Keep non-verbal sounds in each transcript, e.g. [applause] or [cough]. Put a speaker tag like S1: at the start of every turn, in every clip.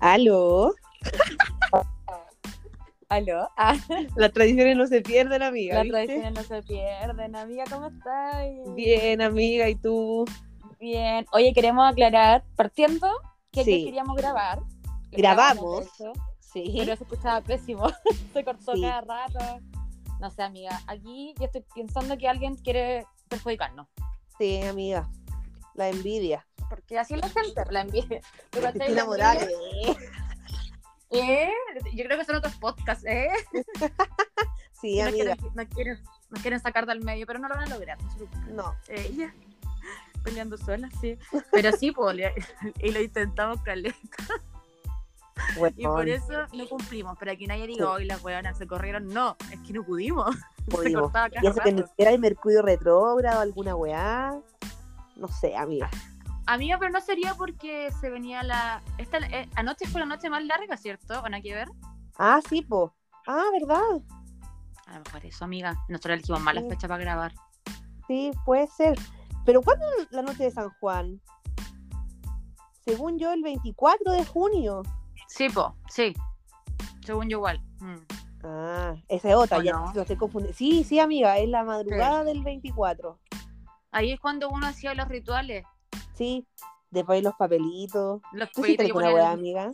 S1: ¿Aló? ¿Aló? Ah,
S2: Las tradiciones no se pierden, amiga.
S1: las
S2: ¿viste?
S1: tradiciones no se pierden, amiga, ¿cómo estás?
S2: Bien, amiga, ¿y tú?
S1: Bien. Oye, queremos aclarar, partiendo, que
S2: Sí.
S1: aquí queríamos grabar. Lo
S2: Grabamos.
S1: eso,
S2: Sí.
S1: pero se escuchaba pésimo, [laughs] se cortó
S2: Sí.
S1: cada rato. No sé, amiga, aquí yo estoy pensando que alguien quiere perjudicarnos.
S2: Sí, amiga. La envidia.
S1: Porque así es la gente, la
S2: [laughs]
S1: envidia. ¿Tú cachai?
S2: Cristina
S1: La
S2: Morales.
S1: ¿Eh? Yo creo que son otros podcasts, ¿eh?
S2: Sí,
S1: [laughs] nos,
S2: amiga.
S1: quieren, nos quieren- nos quieren sacar del medio, pero no lo van a lograr. no se preocupen.
S2: No.
S1: Ella, peleando sola, sí. Pero sí, po, le- y lo intentamos caleta. Y por
S2: Weón,
S1: eso no cumplimos. Pero aquí nadie diga, hoy las weonas se corrieron. No, es que no pudimos. [laughs] Se
S2: pudimos.
S1: cortaba cada
S2: Ya se que ni
S1: rato.
S2: siquiera hay Mercurio retrógrado, alguna weá. No sé, amiga.
S1: Amiga, pero no sería porque se venía la. Esta, eh, anoche fue la noche más larga, ¿cierto? ¿Van que ver?
S2: Ah, sí, po. Ah, ¿verdad?
S1: A lo mejor eso, amiga. Nosotros elegimos malas
S2: Sí.
S1: fechas para grabar.
S2: Sí, puede ser. Pero ¿cuándo es la noche de San Juan? Según yo, el 24 de junio.
S1: Sí, po, sí. Según yo, igual. Mm.
S2: Ah, esa es otra,
S1: ¿O
S2: ya
S1: no?
S2: lo estoy confundiendo. Sí, sí, amiga, es la madrugada del 24.
S1: Ahí es cuando uno hacía los rituales.
S2: Sí, después los papelitos.
S1: Los
S2: ¿Tú hiciste
S1: pollitos que
S2: alguna
S1: ponían-
S2: weá, amiga?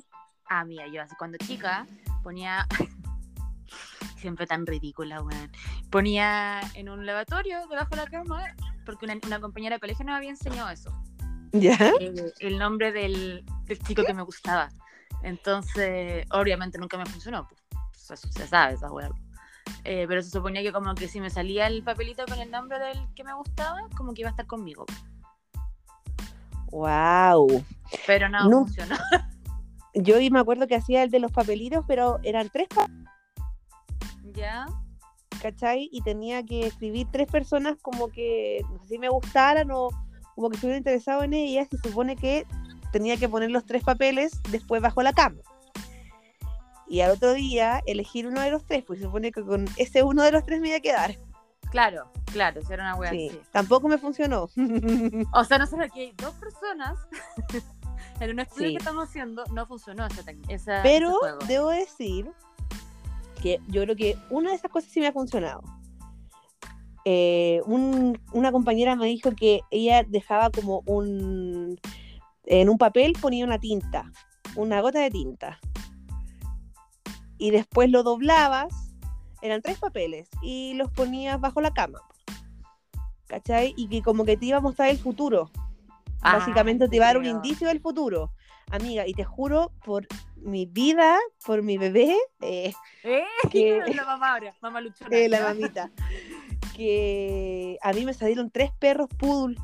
S1: Ah, mira, yo así cuando chica ponía. [laughs] Siempre tan ridícula, weón. Ponía en un lavatorio debajo de la cama, porque una, una compañera de colegio nos había enseñado eso.
S2: ¿Ya?
S1: El, el nombre del, del chico que me gustaba. Entonces, obviamente nunca me funcionó. Pues, se, se sabe esa weón. pero se suponía que como que si me salía el papelito con el nombre del que me gustaba, como que iba a estar conmigo.
S2: ¡Wow!
S1: Pero no,
S2: No.
S1: funcionó. [laughs]
S2: Yo y me acuerdo que hacía el de los papelitos, pero eran tres, pa-
S1: ¿Ya?
S2: ¿cachai? Y tenía que escribir tres personas como que, no sé si me gustaran o como que estuvieran interesado en ellas. Y se supone que tenía que poner los tres papeles después bajo la cama. Y al otro día elegir uno de los tres, pues se supone que con ese uno de los tres me iba a quedar.
S1: Claro, claro, si era una weá
S2: Sí,
S1: así.
S2: tampoco me funcionó. [laughs]
S1: O sea, nosotros aquí hay dos personas [laughs] en un estudio
S2: Sí.
S1: que estamos haciendo, no funcionó esa técnica. esa-
S2: Pero
S1: ese juego.
S2: debo decir que yo creo que una de esas cosas sí me ha funcionado. Eh, un- una compañera me dijo que ella dejaba como un... En un papel ponía una tinta, una gota de tinta. Y después lo doblabas, eran tres papeles, y los ponías bajo la cama. ¿Cachai? Y que como que te iba a mostrar el futuro.
S1: Ah,
S2: Básicamente te va a dar un
S1: creo.
S2: indicio del futuro. Amiga, y te juro por mi vida, por mi bebé, eh,
S1: [laughs] ¡Eh!
S2: que-
S1: [laughs] La mamá ahora,
S2: [laughs]
S1: mamá luchona.
S2: eh, la mamita, que a mí me salieron tres perros poodle,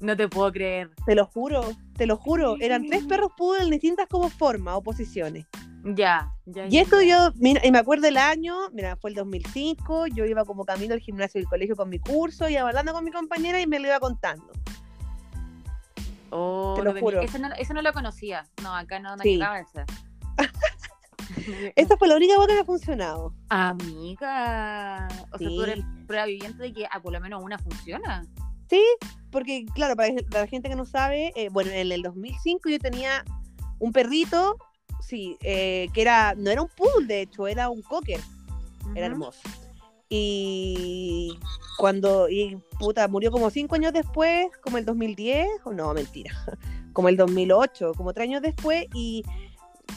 S1: No te puedo creer.
S2: te lo juro, te lo juro, eran tres perros poodle en distintas como formas o posiciones.
S1: Ya, ya.
S2: Y
S1: ya,
S2: esto
S1: ya.
S2: yo, mira, y me acuerdo el año, mira, fue el 2005, yo iba como camino al gimnasio del colegio con mi curso, iba hablando con mi compañera y me lo iba contando.
S1: Oh,
S2: te
S1: no
S2: lo
S1: tenía-
S2: juro.
S1: Ese no, ese no lo conocía. No, acá no, no
S2: Sí.
S1: llegaba
S2: [laughs]
S1: ese. [laughs]
S2: Esta fue la única cosa que me ha funcionado.
S1: Amiga. O sea,
S2: Sí.
S1: tú eres prueba viviente de que ah, por lo menos una funciona.
S2: Sí, porque claro, para la gente que no sabe, eh, bueno, en el 2005 yo tenía un perrito, sí, eh, que era, no era un poodle, de hecho, era un cocker, era
S1: Ujú.
S2: hermoso. Y cuando, y puta, murió como cinco años después, como el 2010, o no, mentira, [laughs] como el 2008, como tres años después, y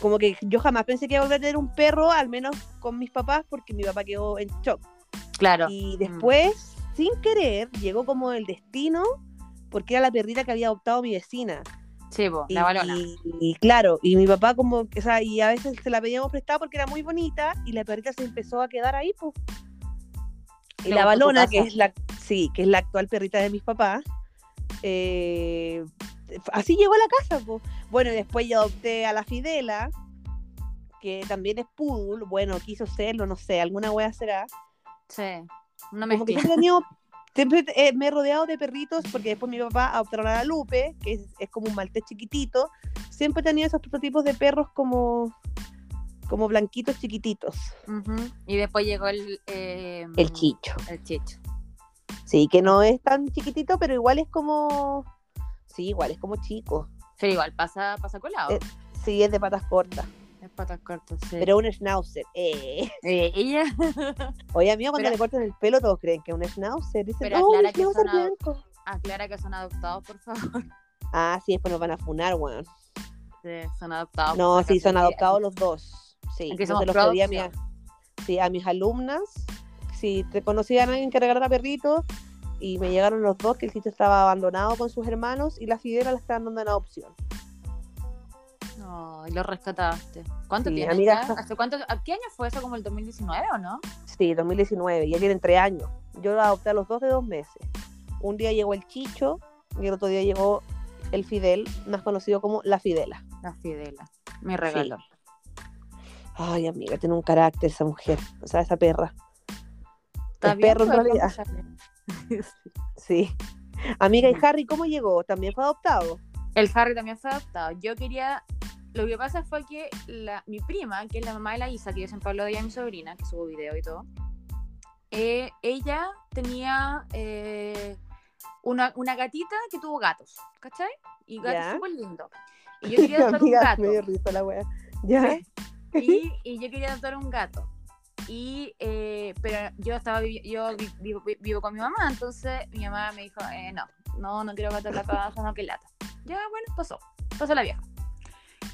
S2: como que yo jamás pensé que iba a volver a tener un perro, al menos con mis papás, porque mi papá quedó en shock.
S1: Claro.
S2: Y después, sin querer, llegó como el destino, porque era la perrita que había adoptado mi vecina.
S1: Sí, po,
S2: Y,
S1: la balona.
S2: y claro, y mi papá como, o sea, y a veces se la pedíamos prestada porque era muy bonita y la perrita se empezó a quedar ahí, pues. Y
S1: Le
S2: la
S1: gustó tu
S2: balona,
S1: casa.
S2: que es la, sí, que es la actual perrita de mis papás, eh, así llegó a la casa, pues. Bueno, y después yo adopté a la Fidela, que también es poodle, bueno, quiso serlo, no sé, alguna wea será
S1: Sí. No me
S2: como que siempre he
S1: [laughs]
S2: tenido- siempre eh, me he rodeado de perritos porque después mi papá adoptaron a la Lupe, que es, es como un maltés chiquitito. Siempre he tenido esos prototipos de perros como, como blanquitos chiquititos.
S1: Ujú. Y después llegó el... eh,
S2: chicho.
S1: El chicho.
S2: Sí, que no es tan chiquitito, pero igual es como... Sí, igual es como chico.
S1: Pero igual pasa, pasa colado.
S2: Eh, Sí, es de patas cortas,
S1: Es patas cortas, sí.
S2: pero un schnauzer. Eh. [laughs]
S1: Eh, ella. [laughs]
S2: Oye, amigo, cuando
S1: Pero-
S2: le cortan el pelo todos creen que es un schnauzer. Dicen,
S1: Pero
S2: "Oh, un
S1: aclara que
S2: schnauzer
S1: son a-
S2: blanco".
S1: Aclara que son adoptados, por favor.
S2: Ah, sí, después nos van a funar, weón.
S1: Sí, son adoptados.
S2: No,
S1: por
S2: sí,
S1: acá,
S2: son adoptados los dos. Sí,
S1: Aquí
S2: yo
S1: somos
S2: se los pedí a, mi-
S1: producción.
S2: sí, a mis alumnas. Si te conocían a alguien que regalara perritos, y me llegaron los dos, que el sitio estaba abandonado con sus hermanos y la Fidera la estaban dando en adopción.
S1: No, y lo rescataste. ¿Cuánto
S2: Sí,
S1: tienes?
S2: amiga.
S1: ya? ¿Hace cuánto? ¿A qué año fue eso? ¿Como el 2019 o no?
S2: Sí, 2019, ya tienen tres años. Yo la adopté a los dos de dos meses. Un día llegó el Chicho y el otro día llegó el Fidel, más conocido como la Fidela.
S1: La Fidela. Mi regalo.
S2: Ay, amiga, tiene un carácter esa mujer, o sea, esa perra.
S1: Está
S2: El
S1: bien,
S2: perro en
S1: pero
S2: realidad.
S1: vamos a-
S2: Sí. Amiga,
S1: Mm.
S2: ¿y Harry cómo llegó? ¿También fue
S1: [laughs]
S2: adoptado?
S1: El Harry también fue adoptado. Yo quería. Lo que pasa fue que la- mi prima, que es la mamá de la Isa, que yo siempre hablo de ella, mi sobrina, que subo video y todo, eh, ella tenía eh, una, una gatita que tuvo gatos, ¿cachai? Y
S2: Ya.
S1: gatos súper lindos. Y
S2: [laughs]
S1: yo quería adoptar un
S2: Amiga,
S1: gato. Eh,
S2: me dio risa la wea. ¿Ya?
S1: y, y yo quería adoptar un gato. Y, eh, pero yo estaba vivi- yo vi- vivo, vi- vivo con mi mamá, entonces mi mamá me dijo, eh, no, no, no quiero gato en la casa, no, que lata. Ya, bueno, pasó, pasó la vieja.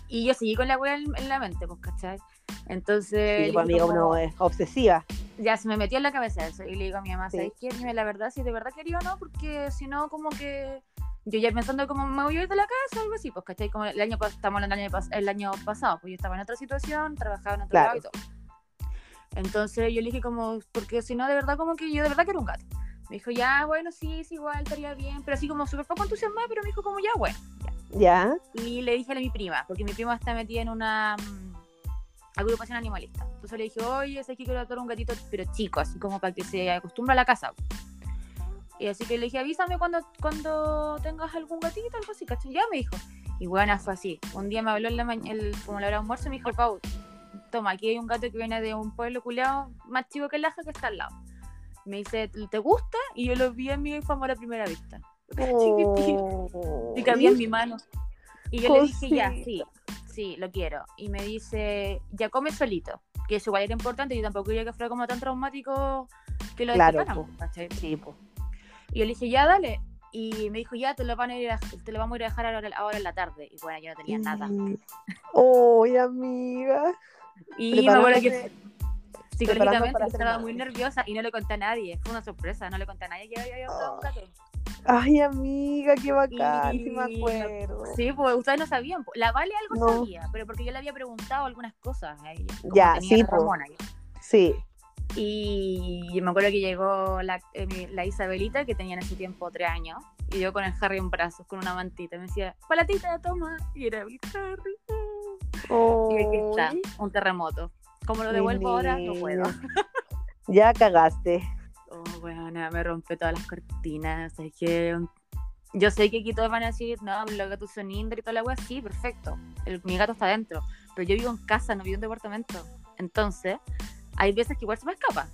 S1: Y yo seguí con la weá en, en la mente, pues, ¿cachai? Entonces,
S2: Sí,
S1: le
S2: pues,
S1: dije
S2: amiga,
S1: como-
S2: uno es obsesiva.
S1: ya se me metió en la cabeza eso y le digo a mi mamá,
S2: Sí.
S1: ¿sabes qué? Dime la verdad, si de verdad quería o no, porque si no, como que yo ya pensando como me voy a ir de la casa o algo así, pues, ¿cachai? Como el año, pas- estamos hablando del año, pas- el año pasado, pues yo estaba en otra situación, trabajaba en otro
S2: Claro.
S1: lado y todo. Entonces yo le dije como, porque si no, de verdad, como que yo de verdad quiero un gato. Me dijo, ya, bueno, sí, sí, igual, estaría bien, pero así como súper poco entusiasmada, pero me dijo como, ya, bueno.
S2: ¿Ya?
S1: Y le dije a mi prima, porque mi prima está metida en una mm, agrupación animalista. Entonces le dije, oye, sé que quiero adoptar un gatito, pero chico, así como para que se acostumbre a la casa. Y así que le dije, avísame cuando, cuando tengas algún gatito, algo así, ¿cachai? Ya me dijo. Y bueno, fue así. Un día me habló en la mañana, como la hora de almuerzo, y me dijo, Pau, toma, aquí hay un gato que viene de un pueblo culeado más chico que el Laja que está al lado. Me dice, ¿te gusta? Y yo lo vi en mi amor a primera vista. [laughs]
S2: Oh.
S1: Chiquitito. Y cabía en mi mano. Y yo le dije, ya, sí, sí, lo quiero. Y me dice, ya come solito. Que eso igual era importante, yo tampoco quería que fuera como tan traumático que lo
S2: Claro,
S1: destacaran,
S2: po.
S1: ¿cachai?
S2: Sí, po.
S1: Y yo le dije, ya, dale. Y me dijo, ya, te lo, van a ir a- te lo vamos a ir a dejar ahora, ahora en la tarde. Y bueno, yo no tenía nada.
S2: Mm. Ay, amiga.
S1: Y me acuerdo que
S2: Preparándose- preparándome
S1: psicológicamente
S2: para
S1: yo
S2: ser
S1: estaba
S2: madre.
S1: muy nerviosa y no le conté a nadie. Fue una sorpresa, no le conté a nadie que había había adoptado un gato.
S2: Ay, amiga, qué bacán, sí me
S1: Y-
S2: acuerdo.
S1: Sí, pues ustedes no sabían. po. La Vale algo
S2: Oh. No.
S1: sabía, pero porque yo le había preguntado algunas cosas a ella. como
S2: Ya,
S1: tenía
S2: sí,
S1: la
S2: po.
S1: Ramona.
S2: Sí,
S1: Y me acuerdo que llegó la, eh, mi- la Isabelita, que tenía en ese tiempo tres años, y yo con el Harry en brazos, con una mantita. Me decía, palatita, toma. Y era el Harry. Y aquí está,
S2: Ay,
S1: un terremoto. Como lo
S2: mi
S1: devuelvo ahora, no
S2: niño.
S1: puedo.
S2: Ya cagaste.
S1: Oh, weona, me rompe todas las cortinas. Es que yo sé que aquí todos van a decir, no, los gatos son indres y toda la wea. Sí, perfecto. El- mi gato está adentro. Pero yo vivo en casa, no vivo en departamento. Entonces, hay veces que igual se me escapa.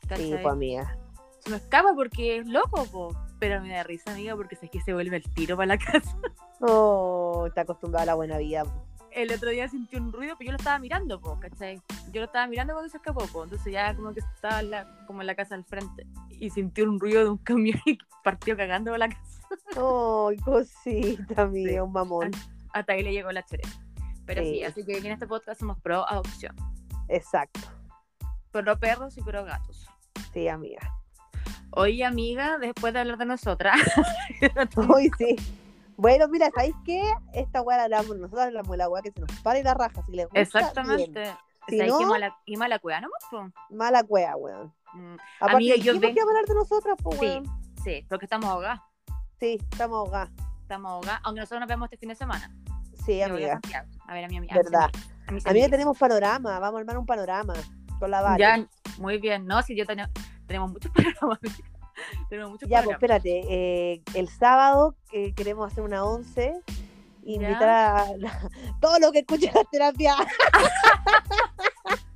S2: Sí,
S1: ¿Cachai?
S2: pues, amiga.
S1: Se me escapa porque es loco, po. Pero me da risa, amiga, porque es que se vuelve el tiro para la [laughs] casa.
S2: Oh, está acostumbrada a la buena vida. po.
S1: El otro día sentí un ruido, pero yo lo estaba mirando, po, ¿cachai? Yo lo estaba mirando cuando se escapó, po. Entonces ya como que estaba en la, como en la casa al frente. Y sentí un ruido de un camión y partió cagando por la casa. [laughs]
S2: Ay, cosita, amiga,
S1: Sí.
S2: un mamón.
S1: Hasta que le llegó la choreza. Pero sí.
S2: Sí.
S1: así que en este podcast somos pro adopción.
S2: Exacto.
S1: Pro perros y pro gatos.
S2: Sí, amiga.
S1: Hoy, amiga, después de hablar de nosotras,
S2: [laughs] Hoy sí. Bueno, mira, ¿sabéis qué? Esta weá la hablamos nosotros, hablamos de la weá que se nos para y la raja. Si les gusta,
S1: [laughs] exactamente.
S2: bien.
S1: O
S2: Si
S1: sea, y
S2: no-
S1: qué mala- y mala cueva, ¿no? po?
S2: Mala weá, weón.
S1: Mm,
S2: Aparte,
S1: Amiga, yo
S2: dijimos
S1: ven-
S2: que íbamos a hablar de nosotras, pues,
S1: Sí,
S2: weón.
S1: sí, porque estamos ahogadas.
S2: Sí, estamos ahogadas.
S1: Estamos ahogadas, aunque nosotros nos vemos este fin de semana.
S2: Sí,
S1: Yo voy
S2: amiga.
S1: a Santiago, a ver a mi amiga.
S2: Verdad.
S1: A mis
S2: Amiga,
S1: amigas.
S2: tenemos panorama. Vamos a armar un panorama con la vara.
S1: Ya, muy bien, ¿no? Si yo tenemos, tenemos muchos [laughs] programas. amiga. tenemos muchos
S2: Ya, pues
S1: programas.
S2: espérate, eh, el sábado eh, queremos hacer una once, invitar a la- todo lo que escuche la
S1: [laughs]
S2: terapia. [laughs]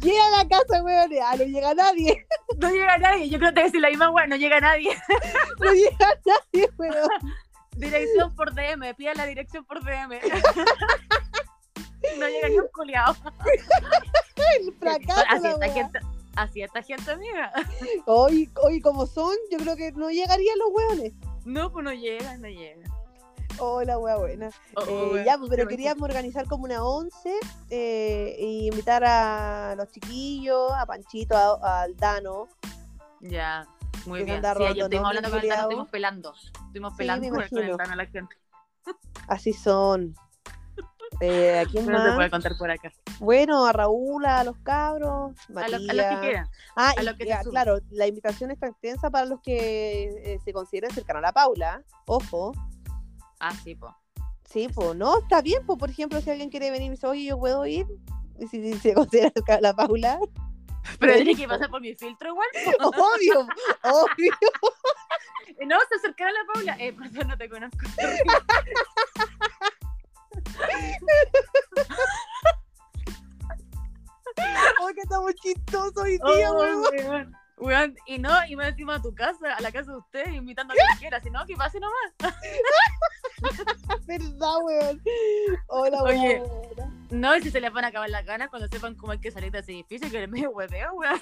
S2: Llega a la casa, weón, ah, no llega nadie,
S1: No llega [laughs] nadie, yo creo que te voy a decir la misma, weá, no llega nadie.
S2: no llega nadie, weón.
S1: [laughs] Dirección por DM, pida la dirección por DM. [laughs] no llega ni un culiao.
S2: El fracaso.
S1: Así
S2: pues, la
S1: esta
S2: weá.
S1: gente, así esta gente amiga. [laughs]
S2: Hoy, hoy como son, yo creo que no llegarían los hueones.
S1: No, pues no llega, no llega.
S2: Oh, la hueá buena.
S1: Oh,
S2: Eh,
S1: weón,
S2: ya, pues, pero
S1: qué
S2: queríamos organizar como una once eh, y invitar a los chiquillos, a Panchito, a, al Dano.
S1: Ya, muy
S2: Que
S1: bien. Sí,
S2: anda roto,
S1: ayer estuvimos
S2: ¿no?
S1: hablando con el
S2: Culeado.
S1: Tano, estuvimos pelando. Estuvimos
S2: Sí,
S1: pelando
S2: me
S1: con el- con el
S2: imagino.
S1: Tano a la gente.
S2: Así son.
S1: [laughs]
S2: Eh, ¿A quién
S1: Pero no se puede
S2: más?
S1: contar por acá.
S2: Bueno, a Raúl, a los cabros,
S1: A lo,
S2: Matías.
S1: a lo que quieran.
S2: Ah,
S1: a
S2: y,
S1: lo que se
S2: ya,
S1: sume.
S2: claro, la invitación está extensa para los que eh, se consideren cercanos a la Paula. Ojo.
S1: Ah, sí, po.
S2: Sí, pues no, está bien, pues por ejemplo, si alguien quiere venir y me dice, oye, yo puedo ir, y si se [laughs] considera cercana a la Paula, [laughs]
S1: Pero tiene que pasar por mi filtro igual. po.
S2: obvio, obvio.
S1: Eh, No, se acercaron a la Paula. Eh, [laughs] perdón, no te conozco.
S2: Oye, que estamos chistosos hoy día,
S1: Oh,
S2: weón.
S1: weón. Weón, y no, y más encima a tu casa, a la casa de usted, invitando a quien quiera, si no, que pase nomás.
S2: [laughs] ¿Verdad, weón? Hola,
S1: Oye.
S2: weón.
S1: No, y si se les van a acabar las ganas cuando sepan cómo hay que salir de ese edificio, que eres medio hueveo, weón.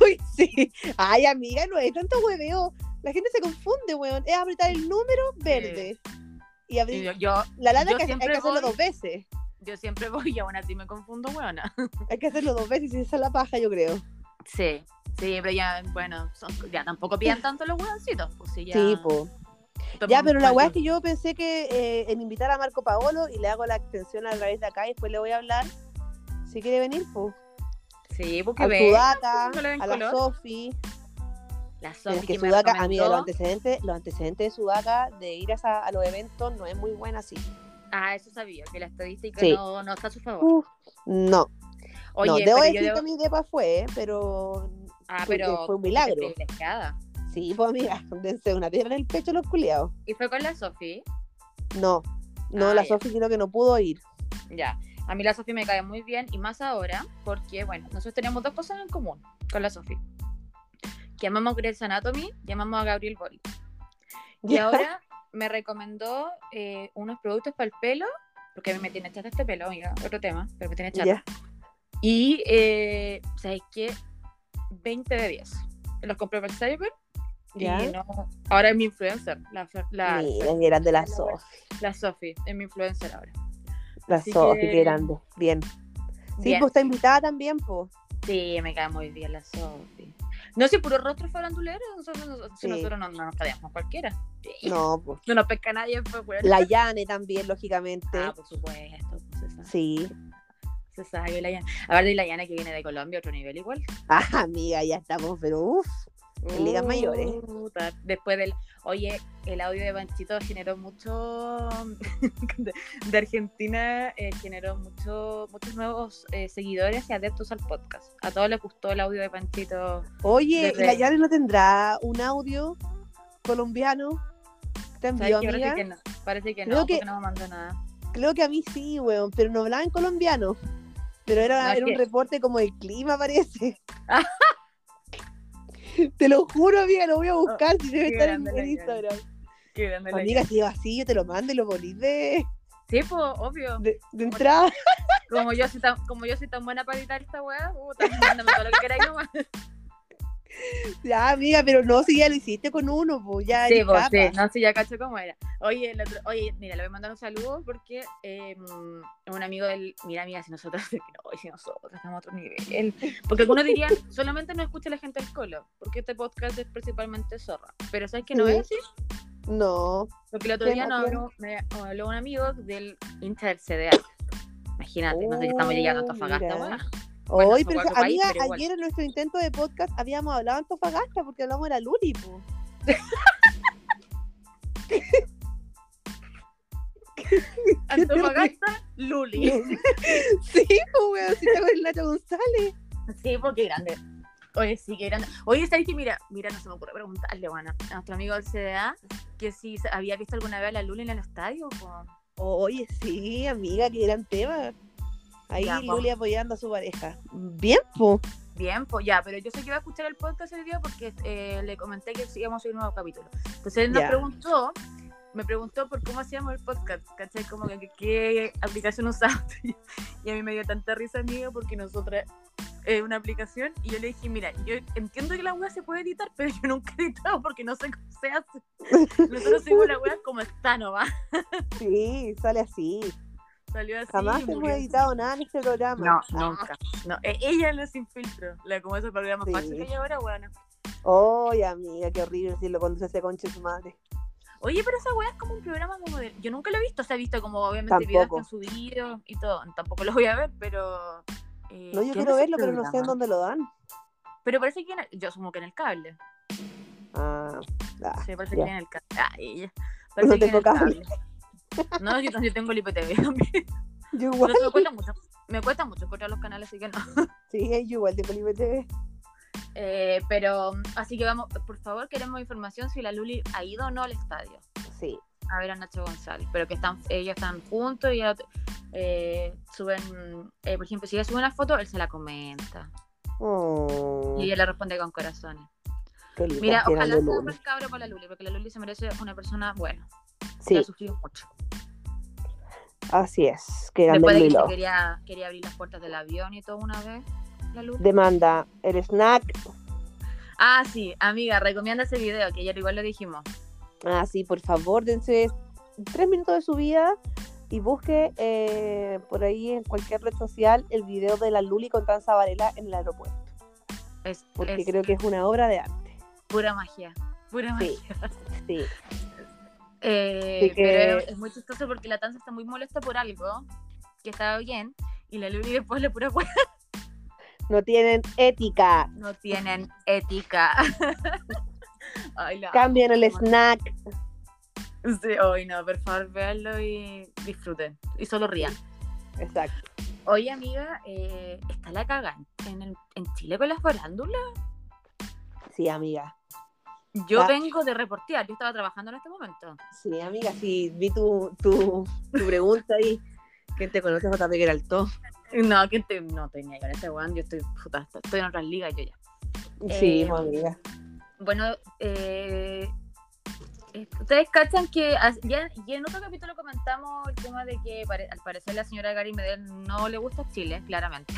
S2: Uy, [laughs] sí. Ay, amiga, no es tanto hueveo. La gente se confunde, weón. Es apretar el número verde. Y
S1: Y
S2: abrir
S1: Yo, yo,
S2: la lana
S1: yo
S2: que hay que
S1: siempre
S2: hacerlo
S1: voy-
S2: dos veces.
S1: yo siempre voy y aún así me confundo, weón.
S2: Hay que hacerlo dos veces y esa es la paja, yo creo.
S1: [laughs] Sí, sí, pero ya, bueno, son- ya tampoco pidan tanto los hueoncitos, pues sí, ya.
S2: Sí, po.
S1: tomen
S2: Ya, pero la weá es
S1: cualquier-
S2: que yo pensé que eh, en invitar a Marco Paolo y le hago la extensión a través de acá y después le voy a hablar. Si quiere venir, pues.
S1: Sí, porque
S2: Al
S1: ve.
S2: Sudaca,
S1: pues, no le ven
S2: a la
S1: color.
S2: Sofi.
S1: La Sofi
S2: Pero es que
S1: que me
S2: Sudaca,
S1: recomendó-
S2: amiga, los antecedentes, los antecedentes de Sudaca de ir a, esa- a los eventos no es muy buena así.
S1: Ah, eso sabía, que la estadística
S2: Sí.
S1: no, no está a su favor.
S2: No,
S1: Oye,
S2: no, debo
S1: pero
S2: decir
S1: yo debo-
S2: que mi depa fue, ¿eh? pero
S1: Ah,
S2: fue-
S1: pero
S2: fue un milagro.
S1: privilegiada.
S2: sí, pues amiga, [laughs] dense una piedra en el pecho los culiados.
S1: Y fue con la Sofi,
S2: No, no,
S1: Ah,
S2: la
S1: ya.
S2: Sofi creo que no pudo ir.
S1: ya. A mí la Sofi me cae muy bien y más ahora porque, bueno, nosotros tenemos dos cosas en común con la Sofi. Que amamos Grey's Anatomy y amamos a Gabriel Boric. Y
S2: Ya.
S1: ahora me recomendó eh, unos productos para el pelo, porque a mí me tiene chata este pelo, mira, otro tema, pero me tiene chata.
S2: Ya.
S1: Y, eh, ¿sabes qué? 20 de 10. Los compré para el Cyber
S2: Ya.
S1: y no, ahora es mi influencer, la, Fer- la,
S2: Mira, qué grande la Sofi,
S1: la Sofi, es mi influencer ahora.
S2: la
S1: Así
S2: Sofi,
S1: que-
S2: qué grande. Bien. Sí,
S1: Bien.
S2: pues está invitada también, pues.
S1: Sí, me cae muy bien la Sofi. No sé, puro rostro farandulero, nosotros, nosotros,
S2: Sí.
S1: nosotros no, no nos cadeamos cualquiera. Sí. No.
S2: No, pues.
S1: nos pesca nadie, pues, bueno.
S2: La Yane también, lógicamente.
S1: Ah, por supuesto, pues, esa.
S2: Sí. [laughs]
S1: Se sabe, la Yana. Aparte, la Yana que viene de Colombia, otro nivel igual.
S2: Ah, amiga, ya estamos, pero uff. En ligas mayores.
S1: Uh, Puta. Después del. Oye, el audio de Panchito generó mucho. [laughs] de, de Argentina, eh, generó mucho, muchos nuevos eh, seguidores y adeptos al podcast. A todos les gustó el audio de Panchito.
S2: Oye, ¿y
S1: Desde-
S2: la Yane no tendrá un audio colombiano? ¿Te
S1: ¿Sabes
S2: envió,
S1: qué?
S2: amiga?
S1: Parece que no. Parece que no,
S2: Creo que-
S1: porque no me mandó nada.
S2: Creo que a mí sí, weón, pero no hablaba en colombiano. Pero era,
S1: No, es
S2: era un
S1: que-
S2: reporte como del clima,
S1: [laughs]
S2: parece. Te lo juro, amiga, lo voy a buscar si debe
S1: Oh, qué
S2: estar en,
S1: grande la
S2: en
S1: Yane.
S2: Instagram.
S1: Qué grande la
S2: Amiga,
S1: Yana.
S2: si es así, yo te lo mando y lo ponís de,
S1: Sí, pues, obvio.
S2: de, de entrada.
S1: Como yo, soy tan, como yo soy tan buena para editar esta weá, puta, mándame todo lo que queráis nomás.
S2: Ya, amiga, pero no, si ya lo hiciste con uno, pues ya.
S1: Sí,
S2: eres
S1: vos, sí,
S2: capa.
S1: no sé, ya cacho cómo era. Oye, el otro- oye, mira, le voy a mandar un saludo porque eh, un amigo del. Mira, amiga, si nosotros. [laughs] No, si nosotros estamos a otro nivel. Porque algunos dirían, solamente no escucha la gente del colo, porque este podcast es principalmente zorra. Pero ¿sabes que no
S2: Sí.
S1: es así?
S2: No,
S1: Porque el otro
S2: ¿Quién
S1: día
S2: o
S1: nos
S2: quién?
S1: habló, me habló un amigo del hincha del CDA. Imagínate, no sé si estamos llegando a
S2: Oh,
S1: Antofagasta,
S2: mira.
S1: weá. Bueno,
S2: Hoy,
S1: son
S2: pero,
S1: cuatro
S2: amiga,
S1: países, pero igual.
S2: ayer en nuestro intento de podcast habíamos hablado de Antofagasta porque hablamos de la Luli, po.
S1: Antofagasta, Luli.
S2: [laughs] sí, po, weón, si está con el Nacho González.
S1: Sí, porque grande. Oye, sí, que grande. Oye, ¿sabes que Mira, mira, no se me ocurre preguntarle, bueno, a nuestro amigo del CDA que si se- había visto alguna vez a la Luli en el estadio. po.
S2: Oye, sí, amiga, qué gran tema. Ahí
S1: Ya, po.
S2: Luli apoyando a su pareja. Bien, po.
S1: Bien, pues ya, pero yo sé que va a escuchar el podcast el día porque eh, le comenté que sí íbamos a subir un nuevo capítulo. Entonces él nos
S2: Ya.
S1: preguntó, me preguntó por cómo hacíamos el podcast, ¿cachai? Como que, que qué aplicación usaba. [laughs] y a mí me dio tanta risa, amiga, porque nosotras, eh, una aplicación, y yo le dije, mira, yo entiendo que la web se puede editar, pero yo nunca he editado porque no sé cómo se
S2: [laughs]
S1: hace. Nosotros hicimos la web como está, ¿no va?
S2: Sí, sale así.
S1: Salió así.
S2: Jamás
S1: y
S2: hemos
S1: murió.
S2: editado nada en este programa.
S1: No, nunca. No, eh, ella es la sin filtro, la como esos programas
S2: Sí.
S1: falsos que hay ahora, bueno.
S2: Ay, amiga, qué horrible decirlo cuando se hace concha de su madre.
S1: Oye, pero esa weá es como un programa como de... Yo nunca lo he visto, o sea, he visto como obviamente videos que
S2: Tampoco.
S1: han subido y todo. Tampoco lo voy a ver, pero... eh,
S2: No, yo
S1: ¿qué
S2: quiero
S1: es ese
S2: verlo, pero no sé en
S1: programa?
S2: dónde lo dan.
S1: Pero parece que en el- yo asumo que en el cable.
S2: Ah, ah.
S1: Sí, parece
S2: ya.
S1: que en el cable. Ay, ya. Parece que en
S2: tengo
S1: el cable. No, yo, yo tengo
S2: [laughs]
S1: el IPTV también.
S2: yo
S1: Pero [laughs]
S2: igual.
S1: eso me cuesta mucho. Me cuesta mucho encontrar los canales, así que no.
S2: Sí, yo igual tengo el IPTV.
S1: Eh, pero, así que vamos, por favor, queremos información si la Luli ha ido o no al estadio.
S2: Sí,
S1: a ver a Nacho González, pero que están, ellos están juntos y ya, eh, suben, eh, por ejemplo, si ella sube una foto, él se la comenta
S2: Oh,
S1: y ella le responde con corazones.
S2: qué lindo,
S1: Mira,
S2: qué grande
S1: ojalá sea
S2: Luna.
S1: el cabro para la Luli, porque la Luli se merece una persona buena, que
S2: Sí,
S1: ha sufrido mucho.
S2: así es. Qué grande
S1: Después de que
S2: Lilo.
S1: se quería, quería abrir las puertas del avión y todo una vez, la Luli.
S2: Demanda el snack.
S1: Ah, sí, amiga, recomienda ese video, que ayer igual lo dijimos.
S2: Ah, sí, por favor, dense tres minutos de su vida y busque eh, por ahí en cualquier red social el video de la Luli con Tanza Varela en el aeropuerto.
S1: Es,
S2: Porque
S1: es
S2: creo que es una obra de arte.
S1: pura magia, pura magia.
S2: Sí, sí.
S1: Eh,
S2: Así que-
S1: Pero es, es muy chistoso porque la Tanza está muy molesta por algo que estaba bien y la Luli después le pura hueá.
S2: No tienen ética.
S1: No tienen [laughs] ética. Ay, la-
S2: Cambian el
S1: Bueno.
S2: snack.
S1: Sí, ay, no, por favor, véanlo y disfruten. Y solo rían.
S2: Exacto.
S1: Oye, amiga, eh, está la caga en, el- en Chile con las farándulas.
S2: Sí, amiga.
S1: Yo
S2: Ah.
S1: vengo de reportear, yo estaba trabajando en este momento.
S2: Sí, amiga, sí. Vi tu, tu, tu pregunta ahí. ¿Quién te conoce, JP Geraltó?
S1: No, que te- no tenía con ese weón, yo estoy, puta, estoy en otras ligas yo ya.
S2: Sí,
S1: Eh,
S2: pues, amiga.
S1: Bueno, eh, ustedes cachan que as- ya, ya en otro capítulo comentamos el tema de que pare- al parecer la señora Gary Medel no le gusta Chile, claramente.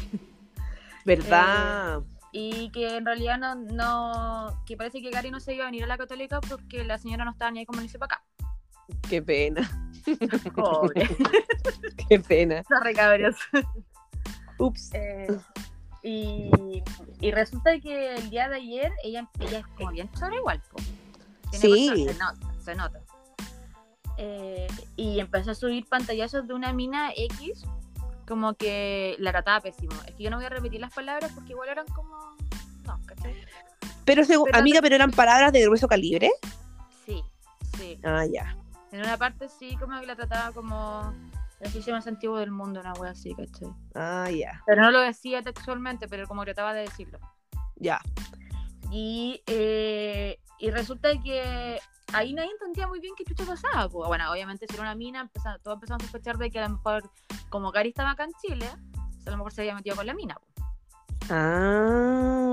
S2: ¿Verdad?
S1: Y que en realidad no, no que parece que Gary no se iba a venir a la católica porque la señora no estaba ni ahí como ni para acá.
S2: Qué pena, [laughs]
S1: Pobre, [laughs]
S2: qué pena.
S1: la recabros.
S2: Ups.
S1: Eh, y, y resulta que el día de ayer ella, ella es como bien chora igual. po. Tiene
S2: Sí.
S1: personas, se nota. se nota. Eh, y empezó a subir pantallazos de una mina X, como que la trataba pésimo. Es que yo no voy a repetir las palabras porque igual eran como... No, ¿cachai?
S2: Pero, segu-
S1: Pero-
S2: amiga, pero eran palabras de grueso calibre.
S1: Sí, sí.
S2: Ah, ya.
S1: En una parte sí, como que la trataba como el oficio más antiguo del mundo, una wea así, ¿cachai?
S2: Ah, ya.
S1: Pero no lo decía textualmente, pero como trataba de decirlo.
S2: Ya.
S1: Y, eh, y resulta que ahí nadie entendía muy bien qué chucha pasaba. po. Bueno, obviamente si era una mina, empezaba- todos empezaron a sospechar de que a lo mejor, como Cari estaba acá en Chile, a lo mejor se había metido con la mina. po.
S2: Ah,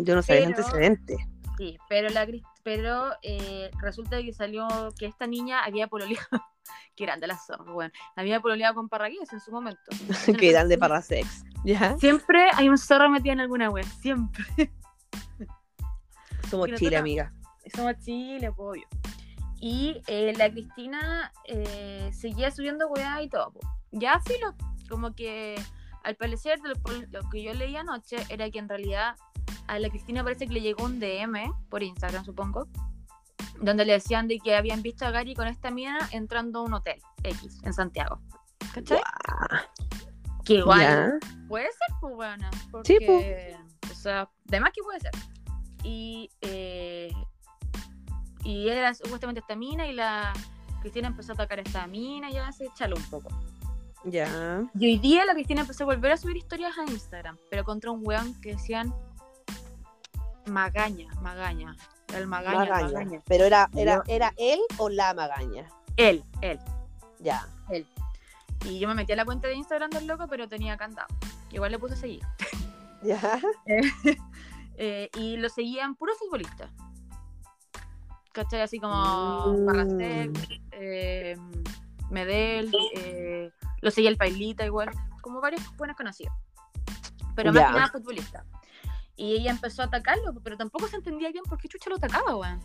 S2: yo no sabía el
S1: Pero-
S2: antecedente.
S1: Sí, pero, la, Cris- pero eh, resulta que salió que esta niña había pololeado, [laughs] que eran de las zorras, bueno, había pololeado con Parragués en su momento.
S2: que eran de Parrasex. ¿Ya?
S1: Siempre hay un zorro metido en alguna web, siempre.
S2: Somos
S1: que no
S2: chile,
S1: toca-
S2: amiga.
S1: somos Chile, po, obvio. Y eh, la Cristina eh, seguía subiendo weá y todo. po. Ya filo, como que al parecer de lo, por lo que yo leí anoche era que en realidad a la Cristina parece que le llegó un DM por Instagram, supongo, donde le decían de que habían visto a Gary con esta mina entrando a un hotel X en Santiago. ¿Cachai? Que igual
S2: ¿Ya?
S1: Puede ser, pues bueno.
S2: Sí,
S1: Porque,
S2: pues.
S1: O sea, de más que puede ser. Y, eh, y era supuestamente esta mina y la Cristina empezó a atacar a esta mina y ya se chaló un poco.
S2: Ya.
S1: Y hoy día la Cristina empezó a volver a subir historias a Instagram, pero contra un weón que decían Magaña, Magaña. El Magaña, el
S2: Magaña.
S1: Magaña.
S2: Pero era, era, era él o la magaña.
S1: Él, él.
S2: Ya.
S1: Y yo me metí a la cuenta de Instagram del loco, pero tenía candado. Igual le puse seguir.
S2: Ya.
S1: Eh, y lo seguían puros futbolistas. ¿Cachai? Así como
S2: Mm.
S1: Parracet, eh, Medel, eh, lo seguía el Pailita igual, como varios buenos conocidos. Pero más
S2: Ya.
S1: que nada futbolista. Y ella empezó a atacarlo, pero tampoco se entendía bien por qué Chucha lo atacaba, weón.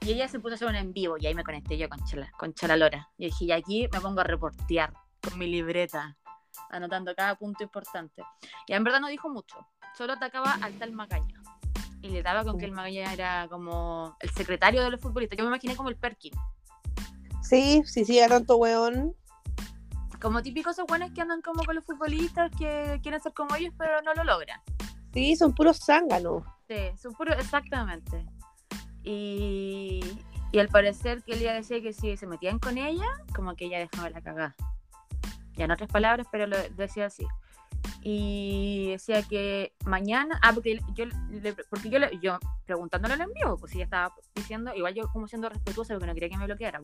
S1: Y ella se puso a hacer un en vivo y ahí me conecté yo con Chala, con Chala Lora. Y dije, y aquí me pongo a reportear con mi libreta, anotando cada punto importante. Y en verdad no dijo mucho, solo atacaba al tal Magaña. Y le daba con que el Magaña era como el secretario de los futbolistas. Yo me imaginé como el Perkin.
S2: Sí, sí, sí, a tanto weón.
S1: Como típicos esos buenos que andan como con los futbolistas, que quieren ser como ellos, pero no lo logran.
S2: Sí, son puros zánganos.
S1: Sí, son puro- exactamente. Y, y al parecer que él ya decía que si se metían con ella, como que ella dejaba la cagada. Ya en otras palabras, pero lo decía así. Y decía que mañana, ah, porque yo le- porque yo, le- yo preguntándole en vivo, pues ella estaba diciendo, igual yo como siendo respetuosa porque no quería que me bloqueara,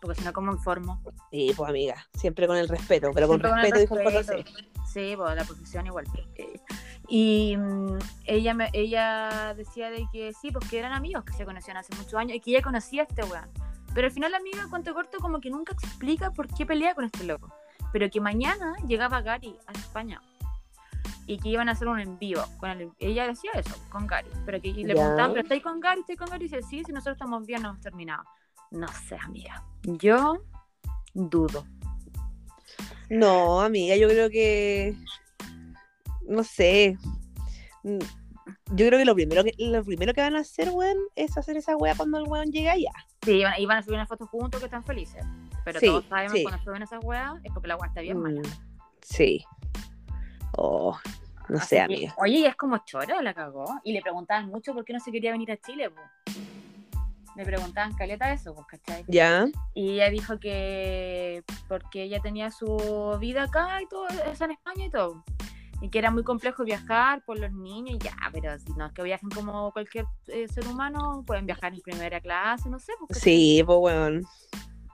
S1: porque si no, como informo.
S2: Sí, pues amiga, siempre con el respeto, pero con
S1: Siempre con el
S2: respeto, dijo el
S1: respeto.
S2: Conoce.
S1: Sí, pues, la profesión igual. Eh, Y mm, ella, me- ella decía de que sí, pues que eran amigos que se conocían hace muchos años y que ella conocía a este weón. Pero al final la amiga, cuento corto, como que nunca explica por qué pelea con este loco. Pero que mañana llegaba Gary a España y que iban a hacer un en vivo. Con el- ella decía eso, con Gary. Pero que y le
S2: Ya.
S1: preguntaban, ¿pero estáis con Gary? ¿Estáis con Gary? Y dice, sí, si nosotros estamos bien, no hemos terminado. No sé, amiga. Yo dudo.
S2: No, amiga, yo creo que. No sé. Mm, Yo creo que lo primero que, lo primero que van a hacer, weón, es hacer esa wea cuando el weón llega allá.
S1: Sí, iban, iban a subir una foto juntos que están felices. Pero
S2: Sí,
S1: todos sabemos
S2: sí.
S1: cuando suben esas weas es porque la wea está bien mala.
S2: Mm, Sí. Oh, no sé,
S1: Así que,
S2: amiga.
S1: Oye, y es como chora, la cagó. Y le preguntaban mucho por qué no se quería venir a Chile, po. Le preguntaban caleta eso, pues, ¿cachai?
S2: ¿Ya?
S1: Y ella dijo que porque ella tenía su vida acá y todo, o sea, en España y todo. Y que era muy complejo viajar por los niños y ya, pero si no es que viajen como cualquier eh, ser humano, pueden viajar en primera clase, no sé. pues, ¿cachai?
S2: Sí, pues weón.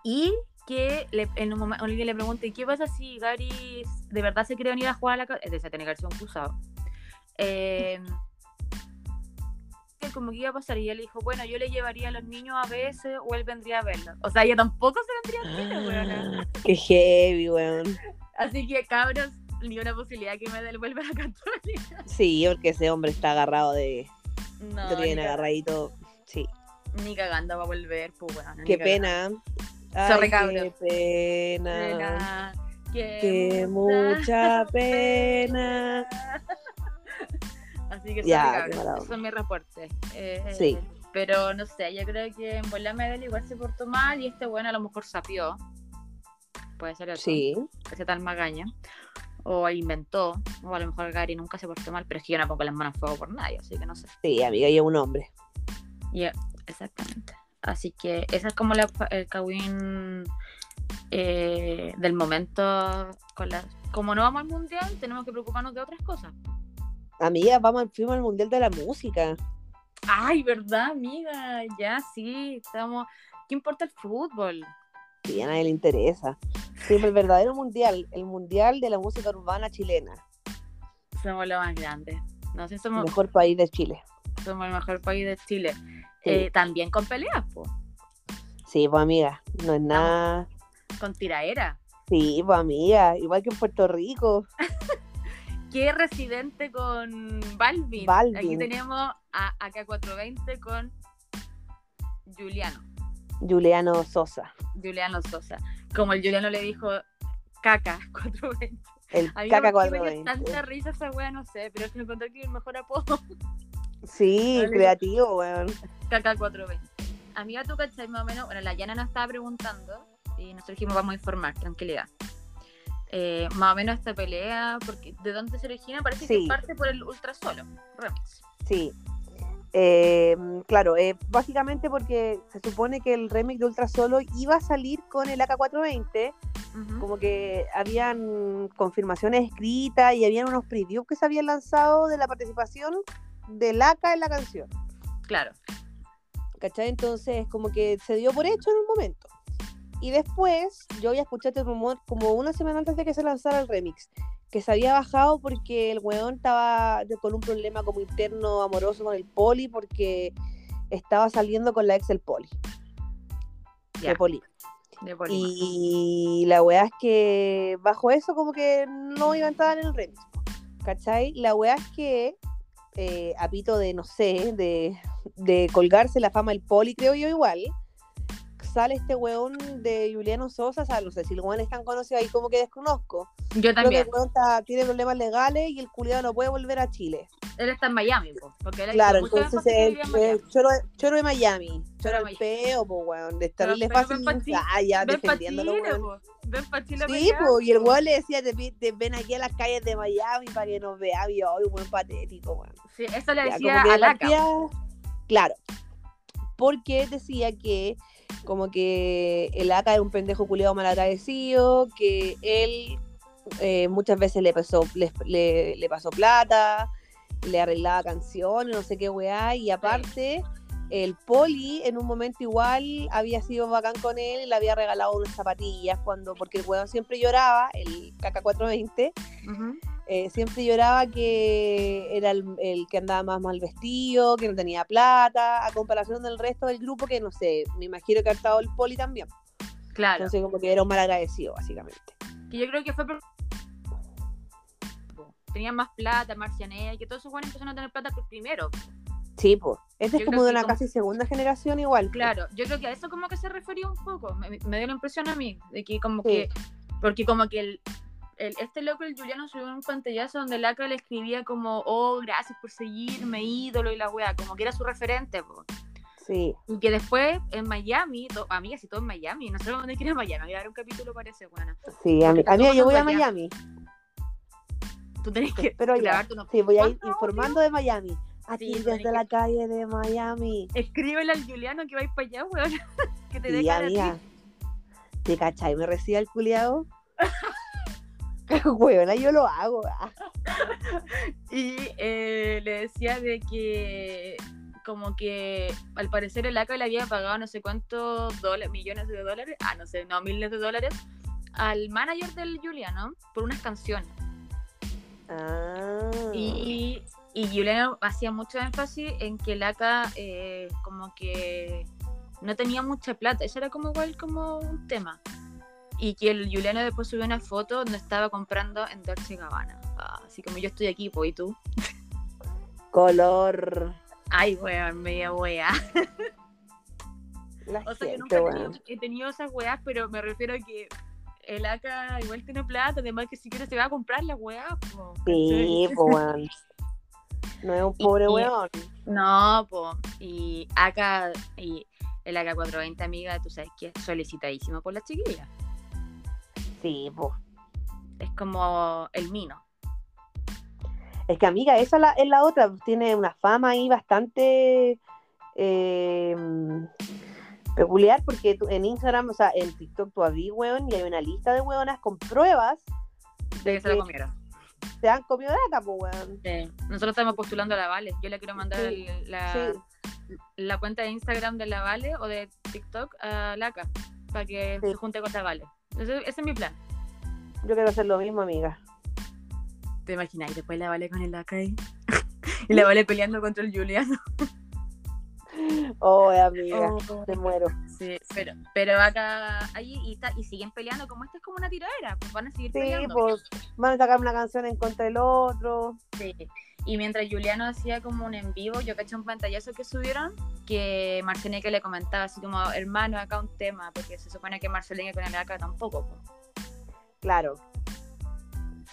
S1: y que le- en un momento alguien le pregunte qué pasa si Gary de verdad se quiere venir a jugar a la casa, es decir, tiene que haber sido un cruzado. Eh, que como que iba a pasar y él dijo, bueno, yo le llevaría a los niños a veces o él vendría a verlos. O sea, ella tampoco se vendría a Chile, weona.
S2: Ah, Qué heavy, weón.
S1: Así que cabros, ni una posibilidad que me devuelva la católica.
S2: Sí, porque ese hombre está agarrado de.
S1: [laughs] No,
S2: Lo tienen
S1: ni, ca-
S2: agarradito. Sí.
S1: ni cagando va a volver, pues weona, ni
S2: Qué pena.
S1: cagando.
S2: ¿eh?
S1: Sorry,
S2: qué
S1: cabros.
S2: pena.
S1: Pena, que
S2: Qué
S1: mucha-
S2: mucha pena.
S1: Así que
S2: Ya,
S1: sorry,
S2: qué
S1: cabros,
S2: mala
S1: esos son mis reportes. Eh,
S2: Sí.
S1: Pero no sé, yo creo que en volar Medel igual se portó mal y este bueno a lo mejor sapió. Puede ser eso.
S2: Sí.
S1: Ese tal Magaña. O inventó. O a lo mejor Gary nunca se portó mal, pero es que yo no pongo las manos en fuego por nadie, así que no sé.
S2: Sí, amiga, y es un hombre.
S1: Ya, exactamente. Así que esa es como la, el Kawin eh, del momento. Con la, como no vamos al mundial, tenemos que preocuparnos de otras cosas.
S2: Amiga, vamos al fuimos al Mundial de la Música.
S1: Ay, ¿verdad, amiga? Ya, sí, estamos... ¿Qué importa el fútbol?
S2: Sí, a nadie le interesa. Sí, pero el verdadero mundial, el mundial de la música urbana chilena,
S1: Somos los más grandes. No sé,
S2: el
S1: somos,
S2: mejor país de Chile.
S1: somos el mejor país de Chile.
S2: Sí.
S1: Eh, también con peleas, po,
S2: Sí, pues amiga, no es nada.
S1: con tiraera.
S2: Sí, pues amiga, igual que en Puerto Rico.
S1: ¿Qué residente con Balvin?
S2: Balvin.
S1: Aquí tenemos a AK420 con Juliano,
S2: Juliano Sosa,
S1: Juliano Sosa. Como el Juliano le dijo caca [laughs] 420.
S2: el
S1: A mí
S2: caca
S1: ¿por qué me dio
S2: 420.
S1: tanta risa esa wea, no sé, pero es que encontré que el mejor apodo.
S2: Sí,
S1: Dale.
S2: creativo, weón.
S1: Caca 420. Amiga, tú cachai más o menos. Bueno, la Yana nos estaba preguntando y nosotros dijimos, vamos a informar, tranquilidad. Eh, más o menos esta pelea, porque ¿de dónde se origina? Parece
S2: Sí.
S1: que parte por el ultrasolo, remix.
S2: Sí. Eh, claro, eh, básicamente porque se supone que el remix de Ultra Solo iba a salir con el AK420,
S1: Ujú.
S2: como que habían confirmaciones escritas y habían unos previews que se habían lanzado de la participación del AK en la canción.
S1: Claro.
S2: ¿Cachai? Entonces, como que se dio por hecho en un momento. Y después, yo ya escuché este rumor como una semana antes de que se lanzara el remix, que se había bajado porque el weón estaba de- con un problema como interno amoroso con el poli, porque estaba saliendo con la ex del poli.
S1: Ya,
S2: De poli.
S1: de Polima.
S2: Y la weá es que bajo eso como que no iba a entrar en el remix. po, ¿Cachai? La weá es que eh, a pito de, no sé, de, de colgarse la fama del poli, creo yo igual, sale este weón de Juliano Sosa, o sea, no sé si el weón es tan conocido ahí como que desconozco.
S1: Yo
S2: Creo que
S1: también.
S2: el weón está- tiene problemas legales y el culiado no puede volver a Chile.
S1: Él está en Miami, po, porque él ha
S2: Claro,
S1: hecho muchas
S2: entonces
S1: cosas que
S2: el,
S1: vivía en Miami.
S2: el choro, choro de Miami,
S1: Choro
S2: choro
S1: de
S2: el
S1: Miami.
S2: peo, po, weón, de
S1: Pero-
S2: estarle
S1: pero
S2: fácil,
S1: ven pa' Chile,
S2: ah, ya,
S1: Ven pa' Chile,
S2: defendiéndolo, weón.
S1: po, ven pa' Chile pa'
S2: Sí,
S1: allá.
S2: po, y el weón le decía, te, pi- te ven aquí a las calles de Miami para que nos veas, y hoy un buen patético, weón.
S1: Sí, eso le
S2: Ya,
S1: decía
S2: como que
S1: a
S2: de
S1: Laca.
S2: partida- Claro, porque decía que como que el ACA era un pendejo culiado mal agradecido, que él eh, muchas veces le pasó, le, le- le pasó plata, le arreglaba canciones, no sé qué weá, y aparte... El poli en un momento igual había sido bacán con él y le había regalado unas zapatillas cuando, porque el weón siempre lloraba, el KK420,
S1: Ujú.
S2: eh, siempre lloraba que era el, el que andaba más mal vestido, que no tenía plata, a comparación del resto del grupo que no sé, me imagino que ha estado el poli también.
S1: Claro.
S2: Entonces como que era un mal agradecido, básicamente.
S1: que yo creo que fue por... Tenían más plata, Marcianea, y que todos esos buenos empezaron a tener plata primero.
S2: Sí, pues. Este es
S1: Yo
S2: como
S1: creo
S2: de
S1: que
S2: una
S1: como-
S2: casi segunda generación igual. po.
S1: Claro, yo creo que a eso como que se refería un poco, me, me dio la impresión a mí, de que como
S2: Sí.
S1: que, porque como que el, el- este loco, el Juliano, subió un pantallazo donde el Acro le escribía como, oh, gracias por seguirme, ídolo y la wea, como que era su referente, po.
S2: Sí.
S1: Y que después en Miami, to- amigas y todo en Miami, no sé dónde quiere Miami, voy a dar un capítulo para ese, buena.
S2: Sí, a mí, a mí
S1: Porque
S2: yo voy a
S1: todos
S2: Miami.
S1: Tú tenés que
S2: Pero ya.
S1: grabarte unos...
S2: Sí, voy a ir
S1: ¿Cuántos
S2: informando de Miami. Aquí
S1: Sí, tenés
S2: desde
S1: que-
S2: la calle de Miami.
S1: Escríbele al Juliano que vais para allá, weón, [laughs] que te dé
S2: Sí,
S1: cara a ti.
S2: amiga. ¿Te cachai? ¿Me recibe el [laughs] culiado? Huevona, yo lo hago. ah.
S1: Y eh, le decía de que como que al parecer el ACA le había pagado no sé cuántos dólares, millones de dólares, ah, no sé, no, miles de dólares, al manager del Juliano por unas canciones.
S2: Ah.
S1: Y, y Juliano hacía mucho énfasis en que el ACA eh, como que no tenía mucha plata, eso era como igual como un tema. Y que el Juliano después subió una foto donde estaba comprando en Dolce Gabbana. Ah, así como yo estoy aquí, pues, ¿y tú?
S2: color.
S1: Ay, weón, media wea.
S2: La
S1: O sea, yo
S2: gente,
S1: nunca he
S2: weón.
S1: tenido, he tenido esas weas, pero me refiero a que el ACA igual tiene plata, además que si quiere se va a comprar las weas. po,
S2: Sí,
S1: ¿cachai?
S2: po, weón. No es un
S1: Y-
S2: pobre
S1: y-
S2: weón.
S1: No, po. Y ACA y el ACA 420, amiga, tú sabes que es solicitadísimo por las chiquillas.
S2: Sí, po.
S1: Es como el mino.
S2: Es que, amiga, esa la- es la otra. Tiene una fama ahí bastante eh, peculiar porque tú- en Instagram, o sea, en TikTok tú abrís, weón, y hay una lista de weonas con pruebas
S1: De que se lo
S2: que-
S1: comieron.
S2: se han comido data, po, weón.
S1: Nosotros estamos postulando a la Vale. Yo le quiero mandar
S2: Sí,
S1: el- la,
S2: Sí.
S1: la cuenta de Instagram de la Vale o de TikTok a la ACA para que
S2: Sí.
S1: se junte con la Vale. Ese, ese es mi plan.
S2: Yo quiero hacer lo mismo, amiga.
S1: ¿Te imaginas? Y después la vale con el AK ahí. [laughs] y la vale peleando contra el Juliano.
S2: Oh, amiga,
S1: Oh.
S2: te muero.
S1: Sí, pero, pero acá ahí y, ta- y siguen peleando. Como esta es como una tiradera, pues van a seguir
S2: Sí,
S1: peleando.
S2: pues van a sacar una canción en contra del otro.
S1: Sí. Y mientras Juliano hacía como un en vivo, yo caché un pantallazo que subieron que Marceneque le comentaba así como, hermano, acá un tema, porque se supone que Marceneque con el AK tampoco. pues.
S2: Claro,